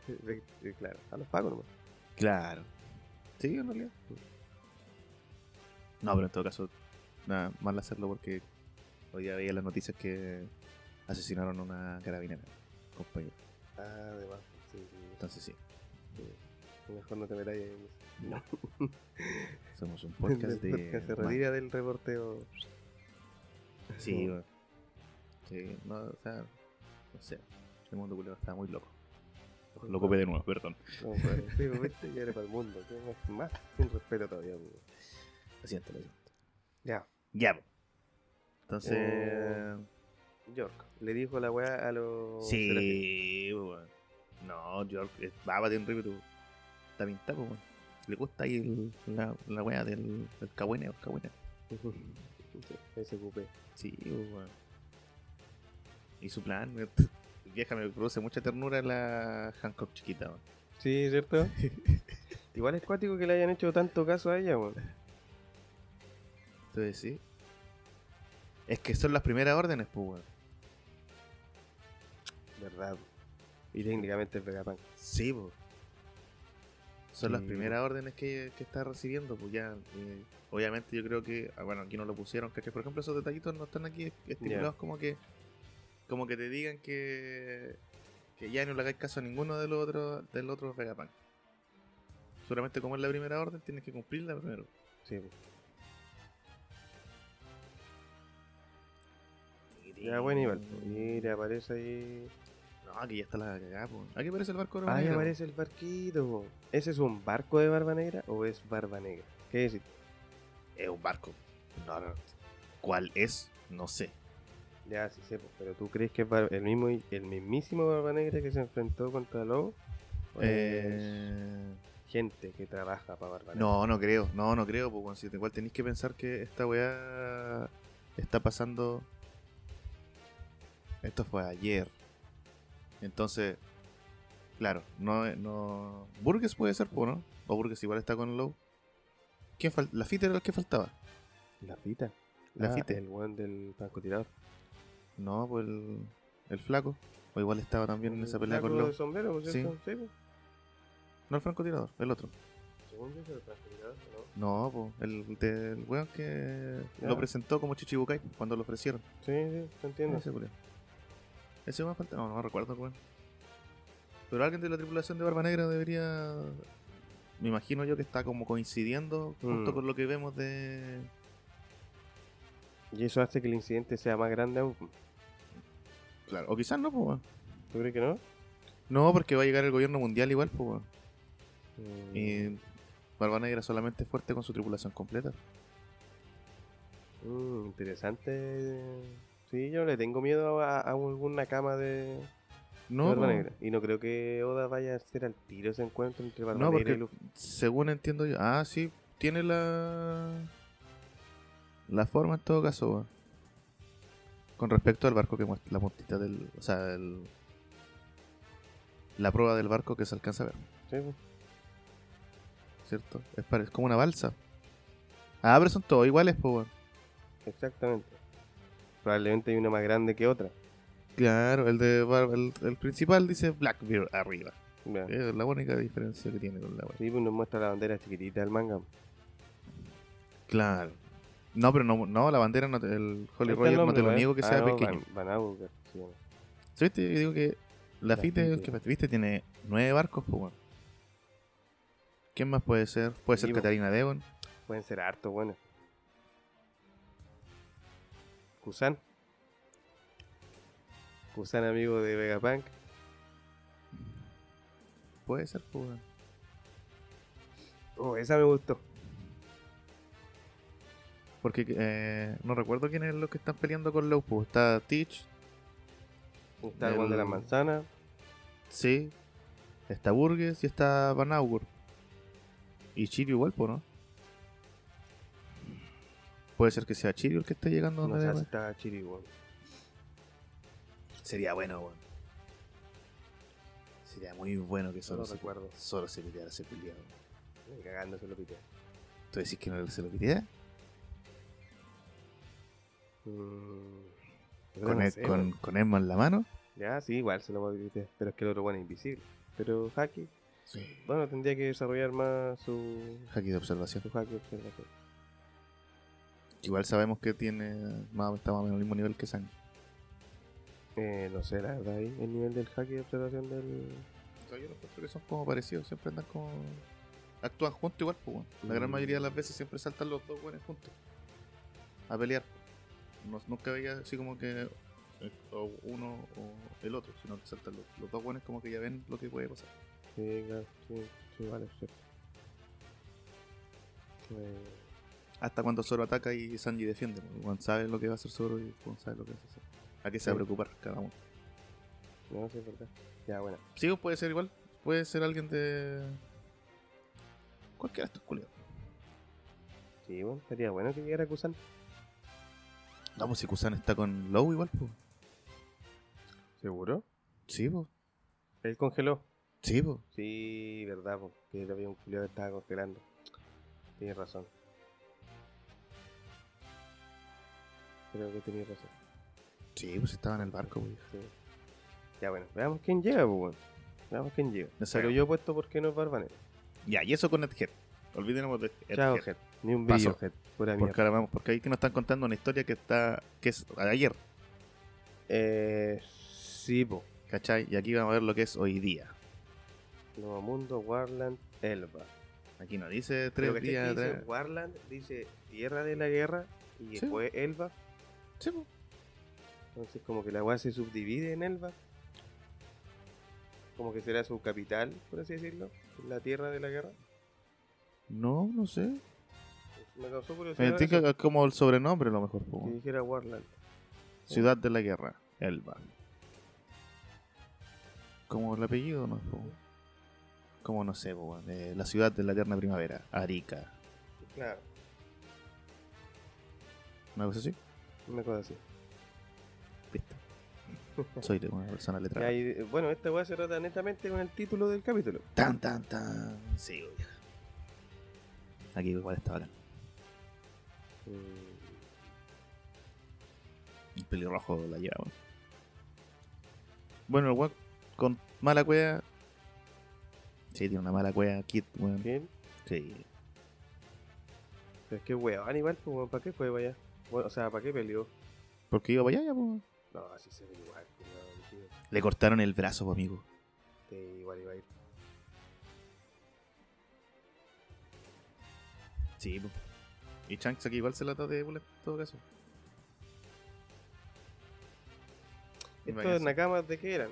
[SPEAKER 1] De- de- claro, a los pagos nomás.
[SPEAKER 2] Claro. Sí, en realidad. No, pero en todo caso, nada, mal hacerlo porque hoy ya veía las noticias que asesinaron a una carabinera, compañero.
[SPEAKER 1] Ah, además, sí, sí.
[SPEAKER 2] Entonces sí,
[SPEAKER 1] Mejor no te metas ahí en eso.
[SPEAKER 2] somos un
[SPEAKER 1] El
[SPEAKER 2] podcast de...
[SPEAKER 1] podcast se retira del reporteo.
[SPEAKER 2] Sí, bueno. Sí, no, o sea, no sé. El mundo culero estaba muy loco. Lo copé de nuevo, perdón.
[SPEAKER 1] No, pues, sí, pues, viste, ya era para el mundo. ¿Qué más? Más sin respeto todavía, po.
[SPEAKER 2] Lo siento, lo siento.
[SPEAKER 1] Ya.
[SPEAKER 2] Ya, po. Entonces...
[SPEAKER 1] Eh, York le dijo la weá a los. serafines.
[SPEAKER 2] Sí, po, weón. No, eh, York es baba de Enrique, tú. Está pintado, po, weón. Le gusta ahí el- la, la wea del, del cagüeneo, cagüeneo.
[SPEAKER 1] Ese cupé.
[SPEAKER 2] Sí, po, weón. Y su plan, me- vieja, me produce mucha ternura la Hancock chiquita, weón.
[SPEAKER 1] Sí, ¿cierto? Igual es cuático que le hayan hecho tanto caso a ella, weón.
[SPEAKER 2] Entonces sí. Es que son las primeras órdenes, pues, weón.
[SPEAKER 1] Verdad. po. Y técnicamente es Vegapunk.
[SPEAKER 2] Sí, po. Son las
[SPEAKER 1] Sí,
[SPEAKER 2] primeras órdenes que, que está recibiendo, pues ya. eh, obviamente yo creo que, ah, bueno, aquí no lo pusieron, ¿cachai? Por ejemplo, esos detallitos no están aquí estipulados como que como que te digan que, que ya no le hagáis caso a ninguno de los otros del otro Vegapunk. Solamente como es la primera orden, tienes que cumplirla primero.
[SPEAKER 1] Sí, pues, po. Ya, buen igual. po. Mira, aparece ahí.
[SPEAKER 2] No, aquí ya está la cagada, po. Aquí aparece el barco de Barba
[SPEAKER 1] Ahí
[SPEAKER 2] Negra, po.
[SPEAKER 1] aparece el barquito, po. ¿Ese es un barco de Barba Negra o es Barba Negra? ¿Qué decir?
[SPEAKER 2] Es un barco. No, no. ¿Cuál es? No sé.
[SPEAKER 1] Ya, sí sé, po, pero ¿tú crees que es Bar- el, mismo, el mismísimo Barba Negra que se enfrentó contra Lobo? ¿O es
[SPEAKER 2] Eh,
[SPEAKER 1] gente que trabaja para Barba Negra?
[SPEAKER 2] No, no creo. No, no creo. Pues, si igual tenéis que pensar que esta weá está pasando. Esto fue ayer. Entonces, claro, no. no... Burgess puede ser, po, ¿no? O Burgess igual está con Low. ¿Quién fal- La fita era el que faltaba.
[SPEAKER 1] La fita.
[SPEAKER 2] La
[SPEAKER 1] Ah,
[SPEAKER 2] fita.
[SPEAKER 1] El weón del francotirador.
[SPEAKER 2] No, pues el, el flaco. O igual estaba también en
[SPEAKER 1] El
[SPEAKER 2] esa pelea
[SPEAKER 1] flaco
[SPEAKER 2] con Low.
[SPEAKER 1] de sombrero, por
[SPEAKER 2] Sí.
[SPEAKER 1] cierto? Sí, po.
[SPEAKER 2] No el francotirador, el otro.
[SPEAKER 1] Según yo, es el francotirador, ¿no?
[SPEAKER 2] No, po, el del weón que
[SPEAKER 1] Ya.
[SPEAKER 2] lo presentó como Chichibukai cuando lo ofrecieron.
[SPEAKER 1] Sí, sí, te entiendo.
[SPEAKER 2] Ese culiao. Ese weón falta. No, no recuerdo, weón. Pero alguien de la tripulación de Barba Negra debería. Me imagino yo que está como coincidiendo justo
[SPEAKER 1] Mm.
[SPEAKER 2] con lo que vemos de.
[SPEAKER 1] Y eso hace que el incidente sea más grande aún.
[SPEAKER 2] Claro. O quizás no, pues weón.
[SPEAKER 1] ¿Tú crees que no?
[SPEAKER 2] No, porque va a llegar el gobierno mundial igual, pues weón.
[SPEAKER 1] Mm,
[SPEAKER 2] Y. Barba Negra solamente es fuerte con su tripulación completa.
[SPEAKER 1] mm, interesante. Sí, yo le tengo miedo a, a alguna cama de
[SPEAKER 2] No,
[SPEAKER 1] Barba
[SPEAKER 2] po.
[SPEAKER 1] Negra. Y no creo que Oda vaya a hacer al tiro ese encuentro entre Barba
[SPEAKER 2] No,
[SPEAKER 1] Negra
[SPEAKER 2] porque-
[SPEAKER 1] y Luffy.
[SPEAKER 2] Según entiendo yo. Ah, sí, tiene la. La forma en todo caso, weón. Con respecto al barco que muestra la puntita del. O sea, el. La prueba del barco que se alcanza a ver,
[SPEAKER 1] Sí, po.
[SPEAKER 2] ¿cierto? Es, pare- es como una balsa. Ah, pero son todos iguales, pues, weón.
[SPEAKER 1] exactamente. Probablemente hay una más grande que otra.
[SPEAKER 2] Claro, el de bar- el, el principal dice Blackbeard arriba.
[SPEAKER 1] Vea.
[SPEAKER 2] Es la única diferencia que tiene con la weón.
[SPEAKER 1] Sí, pues nos muestra la bandera chiquitita del manga.
[SPEAKER 2] Claro. No, pero no, no la bandera, no te- el
[SPEAKER 1] Ahí
[SPEAKER 2] Holy
[SPEAKER 1] está
[SPEAKER 2] Roger,
[SPEAKER 1] el
[SPEAKER 2] no te
[SPEAKER 1] nombre,
[SPEAKER 2] lo
[SPEAKER 1] ¿eh?
[SPEAKER 2] niego que
[SPEAKER 1] Ah,
[SPEAKER 2] sea
[SPEAKER 1] no,
[SPEAKER 2] pequeño.
[SPEAKER 1] Van, Van Auker, se llama.
[SPEAKER 2] Sí, ¿Viste? Yo digo que la FIT es el
[SPEAKER 1] Lafite.
[SPEAKER 2] que viste, tiene nueve barcos, pues, weón. ¿Quién más puede ser? Puede ser
[SPEAKER 1] Sí, po.
[SPEAKER 2] Catarina Devon.
[SPEAKER 1] Pueden ser hartos, bueno. Kusan. Kusan, amigo de Vegapunk.
[SPEAKER 2] Puede ser, pues, weón.
[SPEAKER 1] Oh, esa me gustó.
[SPEAKER 2] Porque eh, no recuerdo quiénes son los que están peleando con Low, pues. Está Teach,
[SPEAKER 1] Está el Juan de
[SPEAKER 2] El-
[SPEAKER 1] las manzanas.
[SPEAKER 2] sí. Está Burgess y está Van Augur. Y Chirio igual, pues, ¿no? Puede ser que sea Chirio el que esté llegando
[SPEAKER 1] No sé
[SPEAKER 2] donde
[SPEAKER 1] si
[SPEAKER 2] debe.
[SPEAKER 1] está Chiri, weón.
[SPEAKER 2] Sería bueno, weón. Sería muy bueno que
[SPEAKER 1] Solo
[SPEAKER 2] solo, se,
[SPEAKER 1] recuerdo.
[SPEAKER 2] solo se piteara ese culiado.
[SPEAKER 1] Ni Cagando se lo pité.
[SPEAKER 2] ¿Tú decís que no se lo pitea?
[SPEAKER 1] Mm, pero
[SPEAKER 2] Con,
[SPEAKER 1] no
[SPEAKER 2] el-
[SPEAKER 1] sé,
[SPEAKER 2] con,
[SPEAKER 1] weón.
[SPEAKER 2] con Emma en la mano.
[SPEAKER 1] Ya, sí, igual se lo pité. Pero es que el otro bueno es invisible. Pero Haki,
[SPEAKER 2] Sí.
[SPEAKER 1] bueno, tendría que desarrollar más su,
[SPEAKER 2] Haki de observación.
[SPEAKER 1] su Haki observación.
[SPEAKER 2] Igual sabemos que tiene más, está más o menos al mismo nivel que Sang.
[SPEAKER 1] Eh, no sé, la verdad, ahí el nivel del Haki de observación del.
[SPEAKER 2] Yo los que son como parecidos, siempre andan como. Actúan juntos igual, pues, weón. La gran
[SPEAKER 1] Mm.
[SPEAKER 2] mayoría de las veces siempre saltan los dos buenos juntos. A pelear. No- nunca veía así como que eh, o uno o el otro, sino que saltan los, los dos buenos como que ya ven lo que puede pasar.
[SPEAKER 1] Sí, claro, sí, sí, vale, es cierto. Eh,
[SPEAKER 2] Hasta cuando Zoro ataca y Sanji defiende, pues, weón sabe lo que va a hacer Zoro y Gon sabe lo que va a hacer. ¿A qué se va a
[SPEAKER 1] Sí.
[SPEAKER 2] preocupar cada uno?
[SPEAKER 1] no, sí, es verdad. Ya, bueno.
[SPEAKER 2] Sí, pues, puede ser igual. Puede ser alguien de. Cualquiera de estos culiados.
[SPEAKER 1] Sí, bueno, estaría bueno que llegara Kusan.
[SPEAKER 2] Vamos, pues, si Kusan está con Low igual, pues.
[SPEAKER 1] ¿Seguro?
[SPEAKER 2] Sí, pues.
[SPEAKER 1] Él congeló.
[SPEAKER 2] Sí, pues.
[SPEAKER 1] Sí, verdad, po, que había un culiado que estaba congelando. Tienes razón. Creo que tenías razón.
[SPEAKER 2] Sí, pues estaba en el barco, pues.
[SPEAKER 1] Sí. Ya, bueno, veamos quién llega, pues, bueno. Veamos quién llega.
[SPEAKER 2] No
[SPEAKER 1] Pero
[SPEAKER 2] sabemos.
[SPEAKER 1] yo he puesto por qué no es Barbanero.
[SPEAKER 2] Ya, y eso con Edhead. Olvidemos de Edhead.
[SPEAKER 1] Chao, Jet. Ni un
[SPEAKER 2] Paso.
[SPEAKER 1] brillo, Jet. Pura
[SPEAKER 2] Porque
[SPEAKER 1] mierda.
[SPEAKER 2] ahora vamos, porque ahí que nos están contando una historia que está. que es ayer,
[SPEAKER 1] Eh, sí, po.
[SPEAKER 2] ¿cachai? Y aquí vamos a ver lo que es hoy día.
[SPEAKER 1] Nuevo Mundo, Warland, Elba.
[SPEAKER 2] Aquí nos dice
[SPEAKER 1] Pero
[SPEAKER 2] tres
[SPEAKER 1] que este
[SPEAKER 2] días
[SPEAKER 1] dice
[SPEAKER 2] atrás.
[SPEAKER 1] Warland, dice Tierra de la Guerra y
[SPEAKER 2] Sí.
[SPEAKER 1] después Elba.
[SPEAKER 2] Sí, pues.
[SPEAKER 1] Entonces como que la weá se subdivide en Elba. Como que será su capital, por así decirlo. La Tierra de la Guerra.
[SPEAKER 2] No, no sé.
[SPEAKER 1] Me causó
[SPEAKER 2] Me
[SPEAKER 1] curiosidad
[SPEAKER 2] tinca
[SPEAKER 1] eso,
[SPEAKER 2] que es como el sobrenombre a lo mejor, pues.
[SPEAKER 1] que dijera Warland.
[SPEAKER 2] Ciudad de la Guerra, Elba. Como el apellido, ¿no? Po. Como no sé, po, weón. Eh, la ciudad de la eterna primavera, Arica.
[SPEAKER 1] Claro,
[SPEAKER 2] ¿Una cosa así?
[SPEAKER 1] una cosa así.
[SPEAKER 2] ¿Viste? Soy de una persona
[SPEAKER 1] Y
[SPEAKER 2] letrada.
[SPEAKER 1] ahí, eh, bueno, esta weá se trata netamente con el título del capítulo.
[SPEAKER 2] Tan, tan, tan. Sí, oye. Aquí igual está bacán.
[SPEAKER 1] Mm,
[SPEAKER 2] El pelirrojo la lleva, weón. Bueno, el weón con mala cueva. Sí, tiene una mala cueva, Kit, weón.
[SPEAKER 1] ¿Quién?
[SPEAKER 2] Sí.
[SPEAKER 1] Pero es que weón, igual, pues, weón, ¿para qué fue para allá? Bueno, o sea, ¿para qué peleó?
[SPEAKER 2] Porque iba para allá, ya, po, weón.
[SPEAKER 1] No, así se ve igual, pues, weón, tío.
[SPEAKER 2] Le cortaron el brazo, po, amigo.
[SPEAKER 1] Sí, igual iba a ir.
[SPEAKER 2] Sí, po. Y Shanks aquí igual se la da de bullet en todo caso.
[SPEAKER 1] ¿Estos nakamas de qué eran?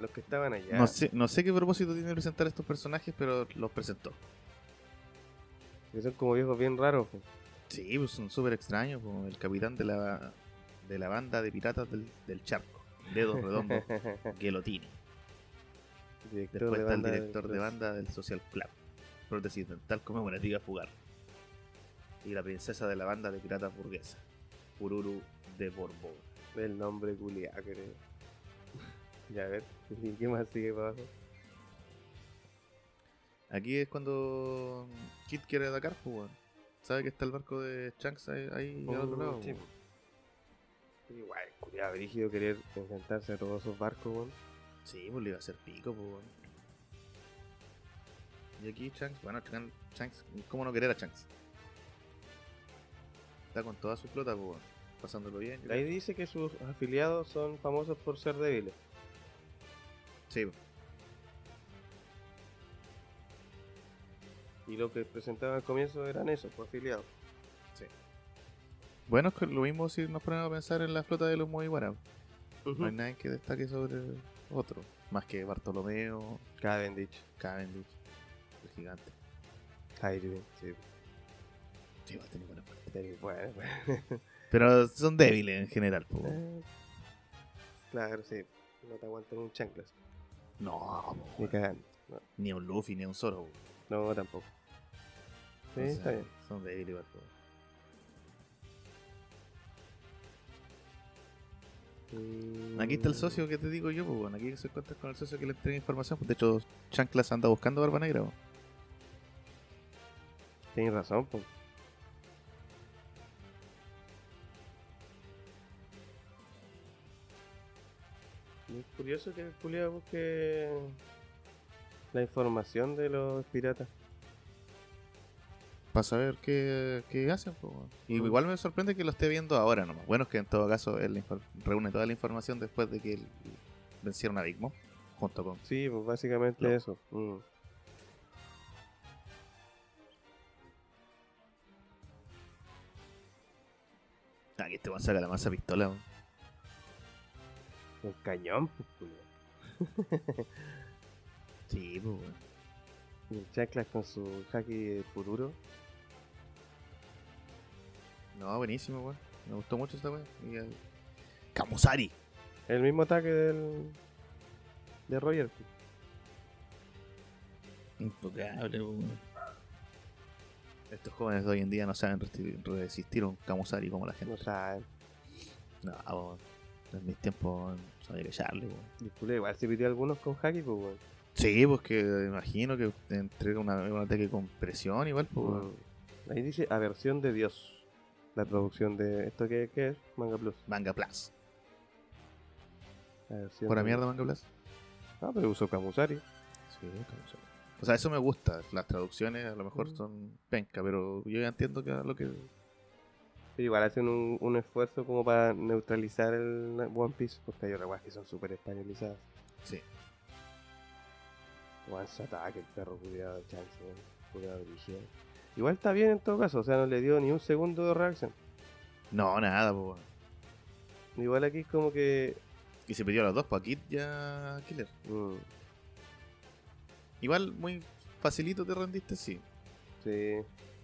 [SPEAKER 1] Los que estaban allá.
[SPEAKER 2] no, sé, no sé qué propósito tiene presentar estos personajes, pero los presentó.
[SPEAKER 1] Que son como viejos bien raros. po.
[SPEAKER 2] Sí, pues son súper extraños, como el capitán de la, de la banda de piratas del, del charco. Dedos redondos, guilotines.
[SPEAKER 1] director
[SPEAKER 2] Después está el
[SPEAKER 1] banda
[SPEAKER 2] director de
[SPEAKER 1] Cruz.
[SPEAKER 2] banda del Social Club. Prótesis dental conmemorativa fugar. Y la princesa de la banda de piratas burguesa. Ururu de Borbón.
[SPEAKER 1] El nombre culiá, creo. Ya, a ver. ¿Y qué más sigue para abajo?
[SPEAKER 2] Aquí es cuando Kid quiere atacar, pues, weón. Sabe que está el barco de Shanks ahí, ahí al otro lado,
[SPEAKER 1] Oh, Sí,
[SPEAKER 2] weón.
[SPEAKER 1] po. Igual, culiá, brígido querer enfrentarse a todos esos barcos, weón.
[SPEAKER 2] Sí, pues le iba a hacer pico, pues, weón. Y aquí Shanks, bueno, Shan- Shanks, ¿cómo no querer a Shanks? Está con toda su flota, pues, weón. Pasándolo bien. yo
[SPEAKER 1] Ahí dice que sus afiliados son famosos por ser débiles.
[SPEAKER 2] creo. Sí, pues.
[SPEAKER 1] Y lo que presentaba al comienzo eran esos, pues afiliados.
[SPEAKER 2] Bueno, es que lo mismo si nos ponemos a pensar en la flota de los Mugiwara. No hay nadie que destaque sobre otro. Más que Bartolomeo,
[SPEAKER 1] Cavendish,
[SPEAKER 2] Cavendish, el gigante.
[SPEAKER 1] Irwin, sí.
[SPEAKER 2] Sí, va a tener buena parte.
[SPEAKER 1] Bueno, bueno.
[SPEAKER 2] Pero son débiles en general, pues, weón.
[SPEAKER 1] Eh, Claro, sí. No te aguantan un chanclas.
[SPEAKER 2] No, po,
[SPEAKER 1] Ni
[SPEAKER 2] weón.
[SPEAKER 1] cagando.
[SPEAKER 2] ni a un Luffy, ni a un Zoro. weón.
[SPEAKER 1] No, tampoco. Sí,
[SPEAKER 2] Entonces,
[SPEAKER 1] está bien.
[SPEAKER 2] Son débiles igual, po, weón. Aquí está el socio que te digo yo, pues, bueno. Aquí se encuentra con el socio que le entrega información. De hecho, Chanclas anda buscando Barba Negra, pues.
[SPEAKER 1] Tienes razón, pues. po. Muy curioso que el culiao busque la información de los piratas.
[SPEAKER 2] Para saber qué, qué hacen, pues, bueno. Y igual me sorprende que lo esté viendo ahora nomás. Bueno, es que en todo caso él infor- reúne toda la información después de que él- vencieron a Big Mom. Junto con
[SPEAKER 1] Sí, pues básicamente
[SPEAKER 2] No.
[SPEAKER 1] eso. Mm.
[SPEAKER 2] Ah, que este weón saca la masa pistola, weón.
[SPEAKER 1] Un cañón, pues, culiao.
[SPEAKER 2] Sí, pues, weón.
[SPEAKER 1] Y el Chaclas con su haki de futuro.
[SPEAKER 2] No, buenísimo, weón. Me gustó mucho esta weón. Y el- Camusari.
[SPEAKER 1] El mismo ataque del. de Roger. pues.
[SPEAKER 2] Intocable, weón. Estos jóvenes de hoy en día no saben resti- resistir un Camusari como la
[SPEAKER 1] No
[SPEAKER 2] gente.
[SPEAKER 1] saben.
[SPEAKER 2] No, weón. En mis tiempos, weón, sabía que echarle, weón.
[SPEAKER 1] Y el culiao igual se pidió algunos con haki, pues, weón.
[SPEAKER 2] Sí, pues que imagino que entre una, un ataque con presión igual, pues, weón.
[SPEAKER 1] Mm. Ahí dice Aversión de Dios. La traducción de esto que, que es Manga Plus.
[SPEAKER 2] Manga Plus.
[SPEAKER 1] Aversión
[SPEAKER 2] Por la
[SPEAKER 1] de-
[SPEAKER 2] mierda, Manga Plus.
[SPEAKER 1] Ah, pero usó Kamusari.
[SPEAKER 2] Sí, Camusari. O sea, eso me gusta. Las traducciones a lo mejor
[SPEAKER 1] Mm.
[SPEAKER 2] son penca, pero yo ya entiendo que lo que
[SPEAKER 1] Pero igual hacen un, un esfuerzo como para neutralizar el One Piece. Porque hay otras weas que son súper españolizadas.
[SPEAKER 2] Sí.
[SPEAKER 1] One Ataque, el perro cuidado de chance, weón. Cuidado dirigido. Igual está bien en todo caso. O sea, no le dio ni un segundo de reacción.
[SPEAKER 2] No, nada, pues. weón.
[SPEAKER 1] Igual aquí es como que.
[SPEAKER 2] Y se pidió a los dos, pues a Kid y a Killer.
[SPEAKER 1] mm,
[SPEAKER 2] Igual, muy facilito te rendiste, sí.
[SPEAKER 1] sí.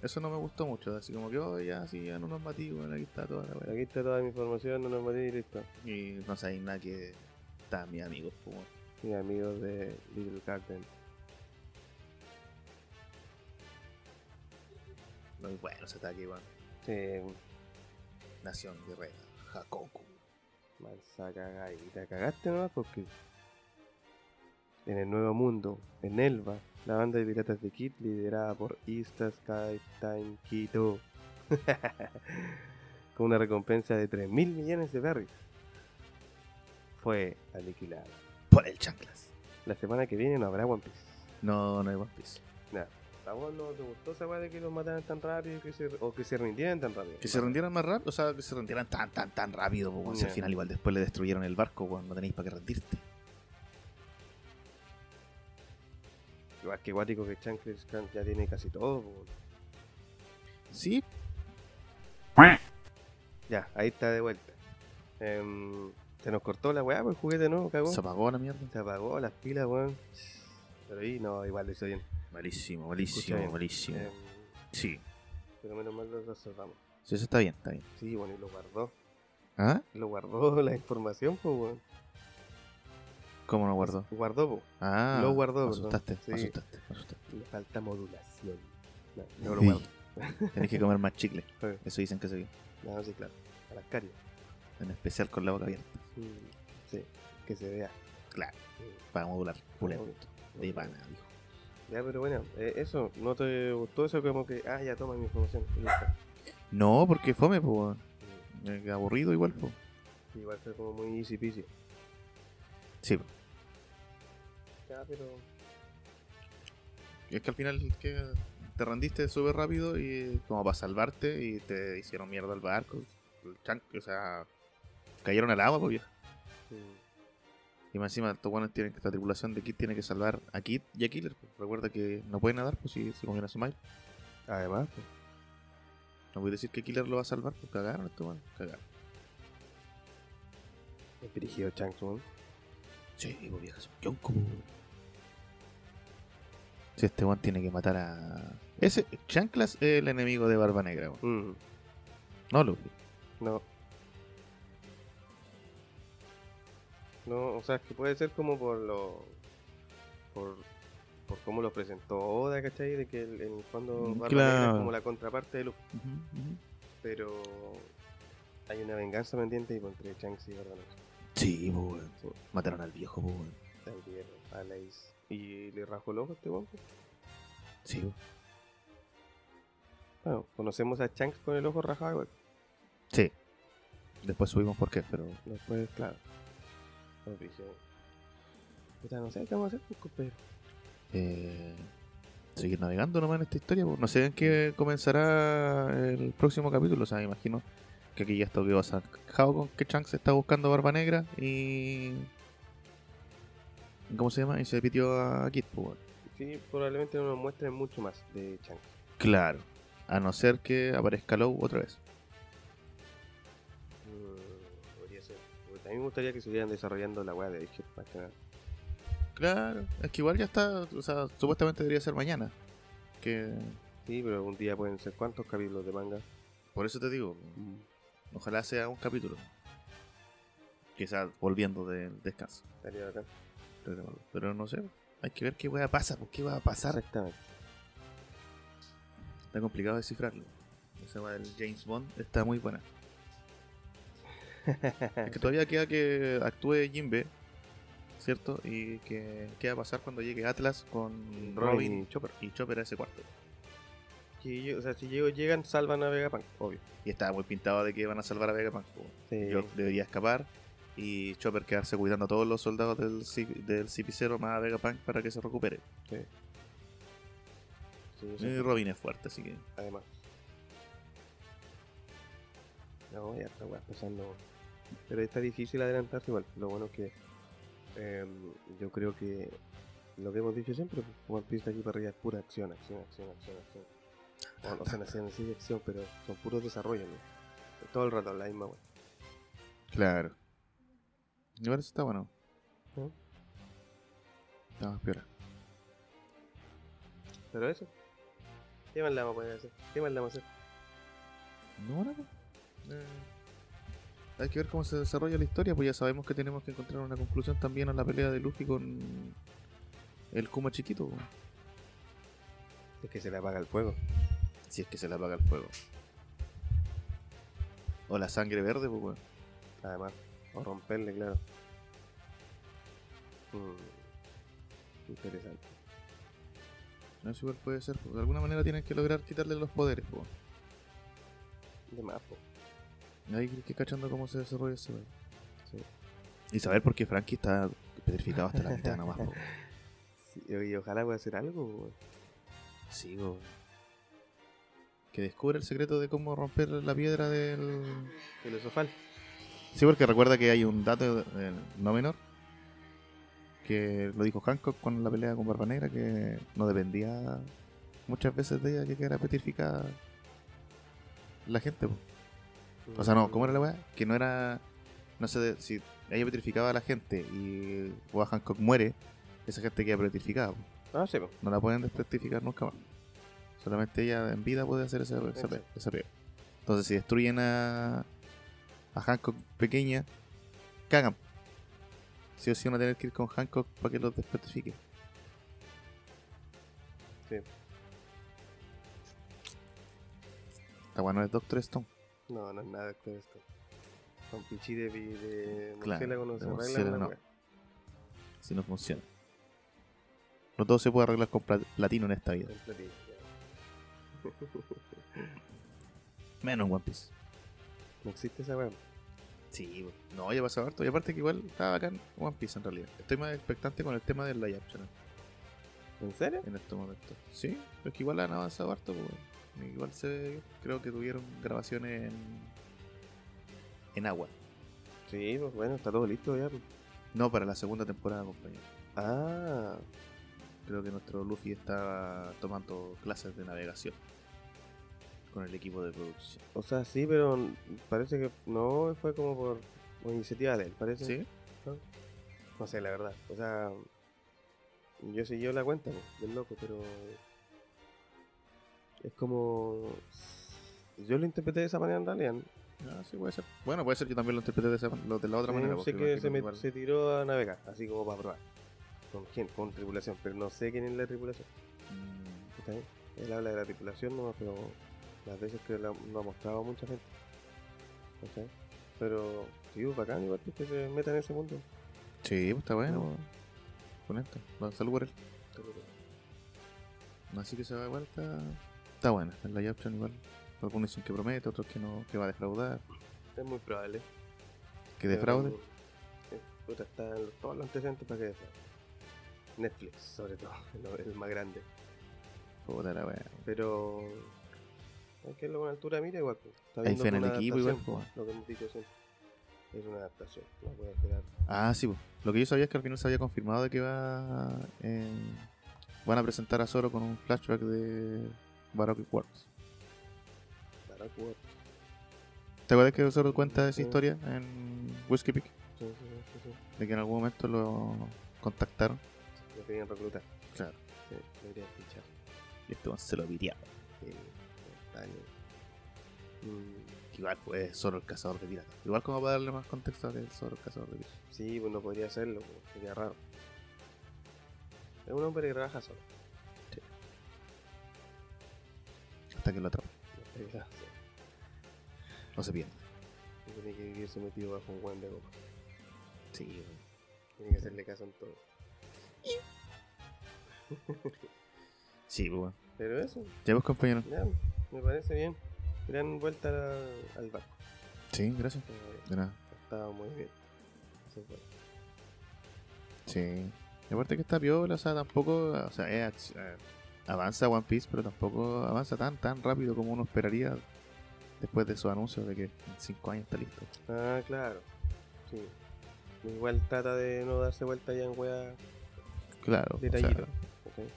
[SPEAKER 2] Eso no me gustó mucho. Así como que, oh, ya, sí, ya no nos matí, bueno, aquí está toda la weá.
[SPEAKER 1] Aquí está toda mi información, no nos maté y listo.
[SPEAKER 2] Y no sabéis nada que está mi amigo, pues. weón.
[SPEAKER 1] Y amigos de Little Cartel.
[SPEAKER 2] Muy bueno ese ataque, weón.
[SPEAKER 1] Sí,
[SPEAKER 2] Nación Guerrera, Hakoku.
[SPEAKER 1] mansa cagadita. Cagaste nomás porque. En el Nuevo Mundo, en Elba, la banda de piratas de Kid, liderada por Easter Sky Time Kito. Con una recompensa de 3 mil millones de berries. Fue aniquilada.
[SPEAKER 2] Por el chanclas.
[SPEAKER 1] La semana que viene no habrá One Piece.
[SPEAKER 2] No, no hay One Piece.
[SPEAKER 1] ¿A vos no te gustó esa weá de que los mataran tan rápido y que se- o que se rindieran tan rápido?
[SPEAKER 2] Que se rindieran más rápido, o sea, que se rindieran tan, tan, tan rápido, pues, weón. Si al
[SPEAKER 1] Ya.
[SPEAKER 2] final igual después le destruyeron el barco, weón, no tenéis para qué rendirte.
[SPEAKER 1] Igual que guático que Chanclas Khan ya tiene casi todo. po.
[SPEAKER 2] Sí,
[SPEAKER 1] Ya, ahí está de vuelta. Em, se nos cortó la weá, pues el juguete no, cagó.
[SPEAKER 2] se apagó la mierda.
[SPEAKER 1] Se apagó las pilas, weón. Pero ahí no, igual lo hizo bien.
[SPEAKER 2] Malísimo,
[SPEAKER 1] Escucha
[SPEAKER 2] malísimo,
[SPEAKER 1] bien.
[SPEAKER 2] malísimo.
[SPEAKER 1] Em,
[SPEAKER 2] Sí,
[SPEAKER 1] pero menos mal lo reservamos.
[SPEAKER 2] sí, eso está bien, está bien.
[SPEAKER 1] Sí, bueno, y lo guardó.
[SPEAKER 2] ¿Ah?
[SPEAKER 1] Lo guardó la información, pues, weón.
[SPEAKER 2] ¿Cómo no guardó?
[SPEAKER 1] Guardó, pues.
[SPEAKER 2] Ah,
[SPEAKER 1] Lo guardó,
[SPEAKER 2] me
[SPEAKER 1] perdón.
[SPEAKER 2] asustaste, me
[SPEAKER 1] Sí.
[SPEAKER 2] asustaste, me asustaste.
[SPEAKER 1] Le falta modulación. No, no lo guardó.
[SPEAKER 2] Sí. Tenés que comer más chicle.
[SPEAKER 1] Sí.
[SPEAKER 2] Eso dicen que se vio.
[SPEAKER 1] No, sí, claro. A las caries.
[SPEAKER 2] En especial con la boca abierta.
[SPEAKER 1] Mm, Sí, que se vea.
[SPEAKER 2] Claro.
[SPEAKER 1] Mm,
[SPEAKER 2] Para modular. Pulento. De
[SPEAKER 1] ok.
[SPEAKER 2] pana, dijo.
[SPEAKER 1] Ya, pero bueno, eh, eso, ¿no te gustó eso? Como que, ah, ya toma mi información. y listo.
[SPEAKER 2] No, porque fome, pues. weón.
[SPEAKER 1] Mm,
[SPEAKER 2] Eh, Aburrido igual, pues.
[SPEAKER 1] sí, Igual fue como muy easy peasy.
[SPEAKER 2] Sí, pues.
[SPEAKER 1] Ya, pero
[SPEAKER 2] Es que al final que te rendiste súper rápido y como para salvarte y te hicieron mierda al barco. El chan- o sea, cayeron al agua, pues viejo.
[SPEAKER 1] mm,
[SPEAKER 2] Y más encima, estos buenos tienen que la tripulación de Kid tiene que salvar a Kid y a Killer. pues. Recuerda que no pueden nadar, pues si se comieron a Smile.
[SPEAKER 1] además, pues,
[SPEAKER 2] No voy a decir que Killer lo va a salvar, pues cagaron estos buenos, cagaron.
[SPEAKER 1] es pues, dirigido Chang Tsung.
[SPEAKER 2] Sí, pues vieja, es un yonko, pues, weón. Sí, este one tiene que matar a. Ese, Chanclas es el enemigo de Barba Negra, weón.
[SPEAKER 1] Mm,
[SPEAKER 2] No, lo
[SPEAKER 1] no. No, o sea, es que puede ser como por lo. por. por cómo lo presentó Oda, ¿cachai? De que el- en el fondo
[SPEAKER 2] Mm,
[SPEAKER 1] Barba Negra
[SPEAKER 2] claro.
[SPEAKER 1] es como la contraparte de Luffy. Pero. hay una venganza pendiente y entre Shanks y Barba Negra.
[SPEAKER 2] Sí, po, weón. Mataron al viejo, po, weón.
[SPEAKER 1] También, a Lace. ¿Y le rajó el ojo a este weón? po.
[SPEAKER 2] Sí, po.
[SPEAKER 1] Bueno, conocemos a Shanks con el ojo rajado igual.
[SPEAKER 2] Sí. Después subimos por qué, pero.
[SPEAKER 1] Después, claro. Nos dije, puta, no sé qué vamos a hacer, pues, compadre.
[SPEAKER 2] eh, seguir navegando nomás en esta historia. po. No sé en qué comenzará el próximo capítulo. O sea, me imagino que aquí ya está que vas con que Chang se está buscando Barba Negra y. ¿Cómo se llama? Y se pitió a Kid, pues, po, weón.
[SPEAKER 1] Sí, probablemente no nos muestren mucho más de Shanks.
[SPEAKER 2] Claro. A no ser que aparezca Low otra vez.
[SPEAKER 1] Mm, podría ser. Porque también me gustaría que siguieran desarrollando la weá de Edge más que nada.
[SPEAKER 2] Claro, es que igual ya está, o sea, supuestamente debería ser mañana. Que
[SPEAKER 1] Sí, pero algún día pueden ser cuántos capítulos de manga.
[SPEAKER 2] por eso te digo,
[SPEAKER 1] Mm.
[SPEAKER 2] ojalá sea un capítulo. Quizás volviendo del descanso.
[SPEAKER 1] Estaría bacán.
[SPEAKER 2] Pero- Pero no sé, hay que ver qué a pasa, pues qué va a pasar.
[SPEAKER 1] Exactamente.
[SPEAKER 2] Está complicado descifrarlo. Esa va del James Bond está muy buena. Es que todavía queda que actúe Jimbe, ¿cierto? Y que qué va a pasar cuando llegue Atlas con
[SPEAKER 1] Robin
[SPEAKER 2] Robin
[SPEAKER 1] y Chopper.
[SPEAKER 2] y Chopper a ese cuarto.
[SPEAKER 1] Que, o sea, si llego- llegan, salvan a Vegapunk, obvio.
[SPEAKER 2] Y estaba muy pintado de que van a salvar a Vegapunk. pues.
[SPEAKER 1] Sí.
[SPEAKER 2] Yo debería escapar y Chopper quedarse cuidando a todos los soldados del, C- del CP0 más a Vegapunk para que se recupere.
[SPEAKER 1] Sí, eso
[SPEAKER 2] Y
[SPEAKER 1] sí,
[SPEAKER 2] Robin es fuerte, así que.
[SPEAKER 1] además. No, ya está weá pasando. Pero está difícil adelantarse igual. Lo bueno es que em, yo creo que lo que hemos dicho siempre, pues, One Piece de aquí para arriba es pura acción, acción, acción, acción, acción. O, o sea, no sé, no sé si acción, pero son puros desarrollos, ¿no? Todo el rato la misma weá.
[SPEAKER 2] Claro. Igual eso está bueno.
[SPEAKER 1] ¿no?
[SPEAKER 2] Está más peor.
[SPEAKER 1] Pero eso. ¿Qué más le vamos a poder hacer? ¿Qué más le vamos a hacer?
[SPEAKER 2] No, no. no. Eh, hay que ver cómo se desarrolla la historia, pues ya sabemos que tenemos que encontrar una conclusión también a la pelea de Luffy con el Kuma chiquito. pues.
[SPEAKER 1] Es que se le apaga el fuego.
[SPEAKER 2] Si es que se le apaga el fuego. O la sangre verde, pues weón.
[SPEAKER 1] Además, o romperle, claro. Mm, Interesante.
[SPEAKER 2] No sé igual puede ser. pues. De alguna manera tienen que lograr quitarle los poderes, pues. po.
[SPEAKER 1] De más, po.
[SPEAKER 2] Ahí que cachando cómo se desarrolla ese weón.
[SPEAKER 1] Sí.
[SPEAKER 2] Y saber por qué Frankie está petrificado hasta la mitad nomás, pues. po.
[SPEAKER 1] Sí, y ojalá pueda hacer algo, weón.
[SPEAKER 2] Sí, po. Que descubre el secreto de cómo romper la piedra del.
[SPEAKER 1] Filosofal.
[SPEAKER 2] Sí, porque recuerda que hay un dato eh, no menor. Que lo dijo Hancock con la pelea con Barba Negra, que no dependía muchas veces de ella que quedara petrificada la gente, po. O sea, no, ¿cómo era la weá? Que no era. No sé, de- si ella petrificaba a la gente y Boa Hancock muere, esa gente queda petrificada. po.
[SPEAKER 1] No sé, po.
[SPEAKER 2] No la pueden despetrificar nunca más. Solamente ella en vida puede hacer esa, esa, pe- esa pega. Entonces, si destruyen a, a Hancock pequeña, cagan. Sí o sí van a tener que ir con Hancock para que los despetrifique.
[SPEAKER 1] Sí.
[SPEAKER 2] Esta weá no es Doctor Stone.
[SPEAKER 1] No, no es nada con esto. Con pichi de, vi- de
[SPEAKER 2] Claro,
[SPEAKER 1] murciélago no
[SPEAKER 2] de
[SPEAKER 1] se arregla
[SPEAKER 2] murciélago
[SPEAKER 1] la
[SPEAKER 2] no.
[SPEAKER 1] weá.
[SPEAKER 2] Si no funciona. No todo se puede arreglar con pla- platino en esta vida.
[SPEAKER 1] Con platillo, ya.
[SPEAKER 2] Menos en One Piece.
[SPEAKER 1] No existe esa weá.
[SPEAKER 2] Sí, bo. no, ya pasado harto. Y aparte que igual estaba bacán One Piece en realidad. Estoy más expectante con el tema del live action
[SPEAKER 1] ¿En serio?
[SPEAKER 2] en estos momentos. Sí, pero es que igual han avanzado harto. bo. Igual se, creo que tuvieron grabaciones en, en agua.
[SPEAKER 1] Sí, pues bueno, está todo listo ya. pues.
[SPEAKER 2] No para la segunda temporada, compañero.
[SPEAKER 1] Ah,
[SPEAKER 2] Creo que nuestro Luffy está tomando clases de navegación con el equipo de producción.
[SPEAKER 1] o sea, sí, pero parece que no fue como por, por iniciativa de él, parece.
[SPEAKER 2] ¿Sí?
[SPEAKER 1] No sé, la verdad. O sea, yo sé yo la cuenta po, del loco, pero. Es como. Yo lo interpreté de esa manera en realidad. ¿no?
[SPEAKER 2] Ah, sí, puede ser. Bueno, puede ser que también lo interprete de, esa- lo de la otra
[SPEAKER 1] Sí,
[SPEAKER 2] manera.
[SPEAKER 1] sé
[SPEAKER 2] porque
[SPEAKER 1] que
[SPEAKER 2] imagino
[SPEAKER 1] se, pues, me-
[SPEAKER 2] igual-
[SPEAKER 1] se tiró a navegar, así como para probar. Con gente, con tripulación, pero no sé quién es la tripulación.
[SPEAKER 2] Mm,
[SPEAKER 1] ¿está bien? Él habla de la tripulación nomás, pero las veces que lo ha mostrado a mucha gente. ¿está bien? Pero, sí, pues, bacán, igual que usted se meta en ese mundo.
[SPEAKER 2] Sí, pues está bueno. pues. Con esto. No, salud por él. No, Así que se va igual, está, está buena. Está en la option igual. Algunos dicen que promete, otros que no, que va a defraudar,
[SPEAKER 1] Es muy probable.
[SPEAKER 2] que defraude.
[SPEAKER 1] Pero, eh, puta, están todos los antecedentes para que defraude. Netflix, sobre todo, lo- el más grande.
[SPEAKER 2] Puta la wea.
[SPEAKER 1] Pero. Hay que verlo con altura mira igual. pues. Está
[SPEAKER 2] Hay
[SPEAKER 1] viendo
[SPEAKER 2] fe en
[SPEAKER 1] una
[SPEAKER 2] el equipo igual,
[SPEAKER 1] adaptación,
[SPEAKER 2] po, weón.
[SPEAKER 1] Lo que hemos dicho siempre. Es una adaptación. No puede esperar.
[SPEAKER 2] Ah, sí, pues. Lo que yo sabía es que al final se había confirmado de que va. eh, van a presentar a Zoro con un flashback de Baroque Quartz.
[SPEAKER 1] Para jugar.
[SPEAKER 2] ¿Te acuerdas que Zoro cuenta esa
[SPEAKER 1] Sí.
[SPEAKER 2] historia en Whiskey Peak?
[SPEAKER 1] Sí, sí, sí, sí, sí.
[SPEAKER 2] De que en algún momento lo contactaron.
[SPEAKER 1] Lo querían reclutar.
[SPEAKER 2] Claro.
[SPEAKER 1] Sí, lo querían fichar.
[SPEAKER 2] Y este weón se lo piriaba.
[SPEAKER 1] Sí, daño. Mm,
[SPEAKER 2] Igual, pues, es Zoro el cazador de piratas. Igual, como para darle más contexto a que es Zoro el cazador de piratas.
[SPEAKER 1] sí, pues no podría hacerlo. pues, Sería raro. Es un hombre que trabaja solo.
[SPEAKER 2] Hasta que lo atrapen.
[SPEAKER 1] no está aislado, sí.
[SPEAKER 2] No se pierda.
[SPEAKER 1] No Tiene que vivir sometido bajo un guante de goma.
[SPEAKER 2] Sí,
[SPEAKER 1] Tiene que hacerle caso en todo.
[SPEAKER 2] Sí, pues, weón.
[SPEAKER 1] Pero eso,
[SPEAKER 2] Ya, pues, compañero.
[SPEAKER 1] ya, me parece bien. Gran vuelta al- al barco.
[SPEAKER 2] Sí, gracias.
[SPEAKER 1] Eh,
[SPEAKER 2] De nada.
[SPEAKER 1] Estaba muy bien. Eso fue.
[SPEAKER 2] Sí. Y aparte que está piola, o sea, tampoco, o sea, es acci- eh, avanza One Piece, pero tampoco avanza tan tan rápido como uno esperaría después de esos anuncios de que en 5 años está listo.
[SPEAKER 1] Ah, claro. Sí. Igual trata de no darse vuelta ya en weas.
[SPEAKER 2] Claro. o sea,
[SPEAKER 1] Detallito. ¿cachai?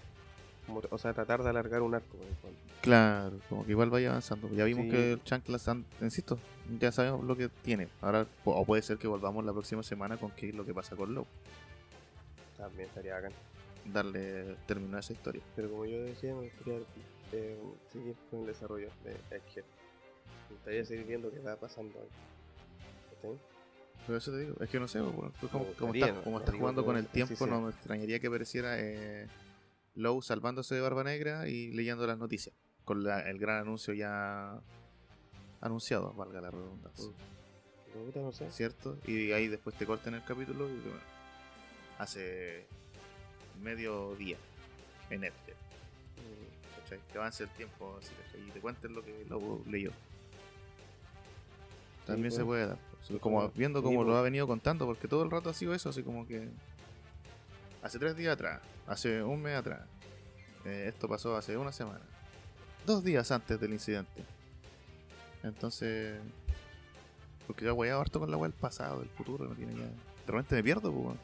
[SPEAKER 1] Como- O sea, tratar de alargar un arco. por el fondo.
[SPEAKER 2] claro, como que igual vaya avanzando. Ya vimos
[SPEAKER 1] Sí.
[SPEAKER 2] que el Chanclas, an- insisto, ya sabemos lo que tiene. Ahora, po- o puede ser que volvamos la próxima semana con qué es lo que pasa con Low.
[SPEAKER 1] También estaría bacán.
[SPEAKER 2] Darle, terminar esa historia.
[SPEAKER 1] Pero como yo decía, me gustaría eh, seguir con el desarrollo de Egghead. Me gustaría seguir viendo qué va pasando ahí. ¿Cachai?
[SPEAKER 2] Pero eso te digo, es que no sé, bueno, pues como,
[SPEAKER 1] Me
[SPEAKER 2] como
[SPEAKER 1] gustaría,
[SPEAKER 2] está,
[SPEAKER 1] ¿no?
[SPEAKER 2] como
[SPEAKER 1] No
[SPEAKER 2] está
[SPEAKER 1] digo
[SPEAKER 2] jugando
[SPEAKER 1] que
[SPEAKER 2] con el
[SPEAKER 1] así
[SPEAKER 2] tiempo,
[SPEAKER 1] sea.
[SPEAKER 2] no me extrañaría que pareciera eh, Lowe salvándose de Barba Negra y leyendo las noticias, con la- el gran anuncio ya anunciado, valga la
[SPEAKER 1] Mm.
[SPEAKER 2] redundancia,
[SPEAKER 1] Pero puta, no sé.
[SPEAKER 2] ¿cierto? Y ahí después te cortan el capítulo y bueno, hace medio día en Netflix,
[SPEAKER 1] Mm,
[SPEAKER 2] ¿cachai? Que avance el tiempo, así, ¿cachai? Y te cuenten lo que Lowe leyó. También
[SPEAKER 1] pues.
[SPEAKER 2] se puede dar.
[SPEAKER 1] Sí,
[SPEAKER 2] Como
[SPEAKER 1] pues.
[SPEAKER 2] viendo
[SPEAKER 1] Sí,
[SPEAKER 2] como lo
[SPEAKER 1] pues.
[SPEAKER 2] ha venido contando, porque todo el rato ha sido eso, así como que. Hace tres días atrás, hace un mes atrás. eh, esto pasó hace una semana. Dos días antes del incidente. Entonces. Porque yo he guayado harto con la web del pasado, del futuro, que me tiene ya. De repente me pierdo, pues. weón.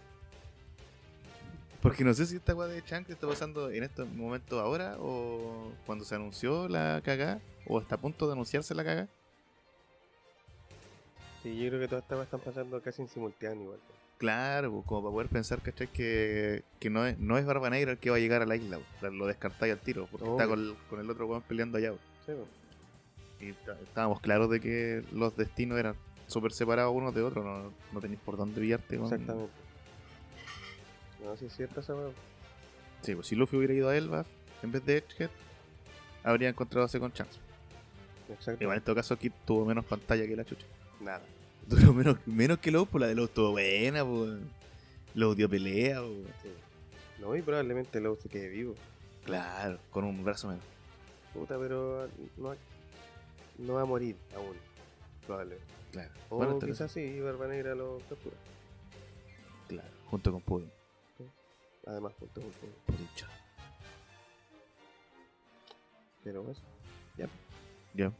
[SPEAKER 2] Porque no sé si esta weá de Chang está pasando en estos momentos ahora, o cuando se anunció la cagá, o está a punto de anunciarse la cagá.
[SPEAKER 1] Sí, yo creo que todas estas weas están pasando casi en simultáneo igual.
[SPEAKER 2] Claro, pues, como para poder pensar, ¿cachai? Que, que no, es, no es Barba Negra el que va a llegar a la isla, pues. lo descartáis al tiro, porque está con, con el otro weón peleando allá. pues.
[SPEAKER 1] Sí, pues.
[SPEAKER 2] Y ta- estábamos claros de que los destinos eran súper separados unos de otros, no, no tenéis por dónde pillarte. con-
[SPEAKER 1] Exactamente. No, si es cierto esa weá.
[SPEAKER 2] Sí, pues si Luffy hubiera ido a Elba en vez de Edgehead, habría encontrado con Chance.
[SPEAKER 1] Exacto.
[SPEAKER 2] Igual en todo caso, Kid tuvo menos pantalla que la chucha.
[SPEAKER 1] Nada.
[SPEAKER 2] Duró menos, menos que Lowe, pues la de Lowe estuvo buena, pues. Lowe dio pelea, pues.
[SPEAKER 1] Sí. No, y probablemente Lowe se quede vivo.
[SPEAKER 2] Claro, con un brazo menos.
[SPEAKER 1] Puta, pero no, no va a morir aún. Probablemente.
[SPEAKER 2] Claro.
[SPEAKER 1] O
[SPEAKER 2] Bueno, esto-
[SPEAKER 1] Oh, quizás sí, y Barba Negra lo captura.
[SPEAKER 2] Claro, junto con Pudding.
[SPEAKER 1] Además, punto, punto.
[SPEAKER 2] Pudding Chan.
[SPEAKER 1] Pero eso.
[SPEAKER 2] Ya.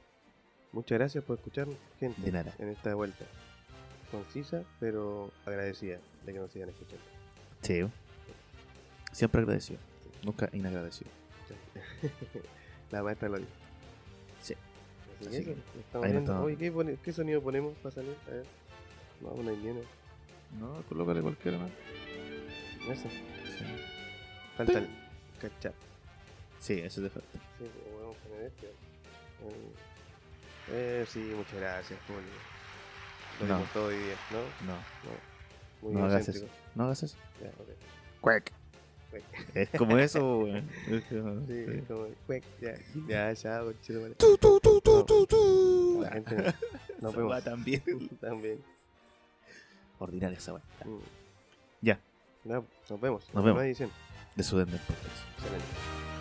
[SPEAKER 1] Muchas gracias por escucharnos, gente.
[SPEAKER 2] De nada.
[SPEAKER 1] En esta vuelta. Concisa, pero agradecida de que nos sigan escuchando.
[SPEAKER 2] Sí. Siempre agradecido. Nunca inagradecido.
[SPEAKER 1] La maestra lo dijo.
[SPEAKER 2] Sí.
[SPEAKER 1] Así que
[SPEAKER 2] Así
[SPEAKER 1] eso,
[SPEAKER 2] que
[SPEAKER 1] estamos
[SPEAKER 2] ahí nos
[SPEAKER 1] viendo.
[SPEAKER 2] estamos.
[SPEAKER 1] Oye, ¿qué, pone- qué sonido ponemos para salir? A ¿eh? ver. Vamos, una indiana.
[SPEAKER 2] No, colócale cualquiera, ¿no?
[SPEAKER 1] Eso.
[SPEAKER 2] Sí,
[SPEAKER 1] Falta el cachap.
[SPEAKER 2] sí eso te falta.
[SPEAKER 1] Sí, pues, vamos a poner este. El- Eh, sí, muchas gracias, Julio. Lo
[SPEAKER 2] No.
[SPEAKER 1] dimos todo hoy día, ¿no?
[SPEAKER 2] No,
[SPEAKER 1] Muy
[SPEAKER 2] no hagas eso.
[SPEAKER 1] egocéntrico.
[SPEAKER 2] No hagas eso.
[SPEAKER 1] Ya, ok.
[SPEAKER 2] Quack.
[SPEAKER 1] Cuec.
[SPEAKER 2] Es como eso, weón. Es como-
[SPEAKER 1] Sí,
[SPEAKER 2] sí.
[SPEAKER 1] como, cuec, ya, ya, chao, chido, vale.
[SPEAKER 2] Tu, tu, tu, tu,
[SPEAKER 1] No.
[SPEAKER 2] tu, tu.
[SPEAKER 1] La gente no. Nos
[SPEAKER 2] Esa
[SPEAKER 1] vemos.
[SPEAKER 2] weá también.
[SPEAKER 1] También.
[SPEAKER 2] Ordinaria esa weá.
[SPEAKER 1] Mm.
[SPEAKER 2] Ya.
[SPEAKER 1] Ya, nos vemos.
[SPEAKER 2] Nos vemos.
[SPEAKER 1] Nueva edición.
[SPEAKER 2] De Sudenden Podcast.
[SPEAKER 1] Excelente.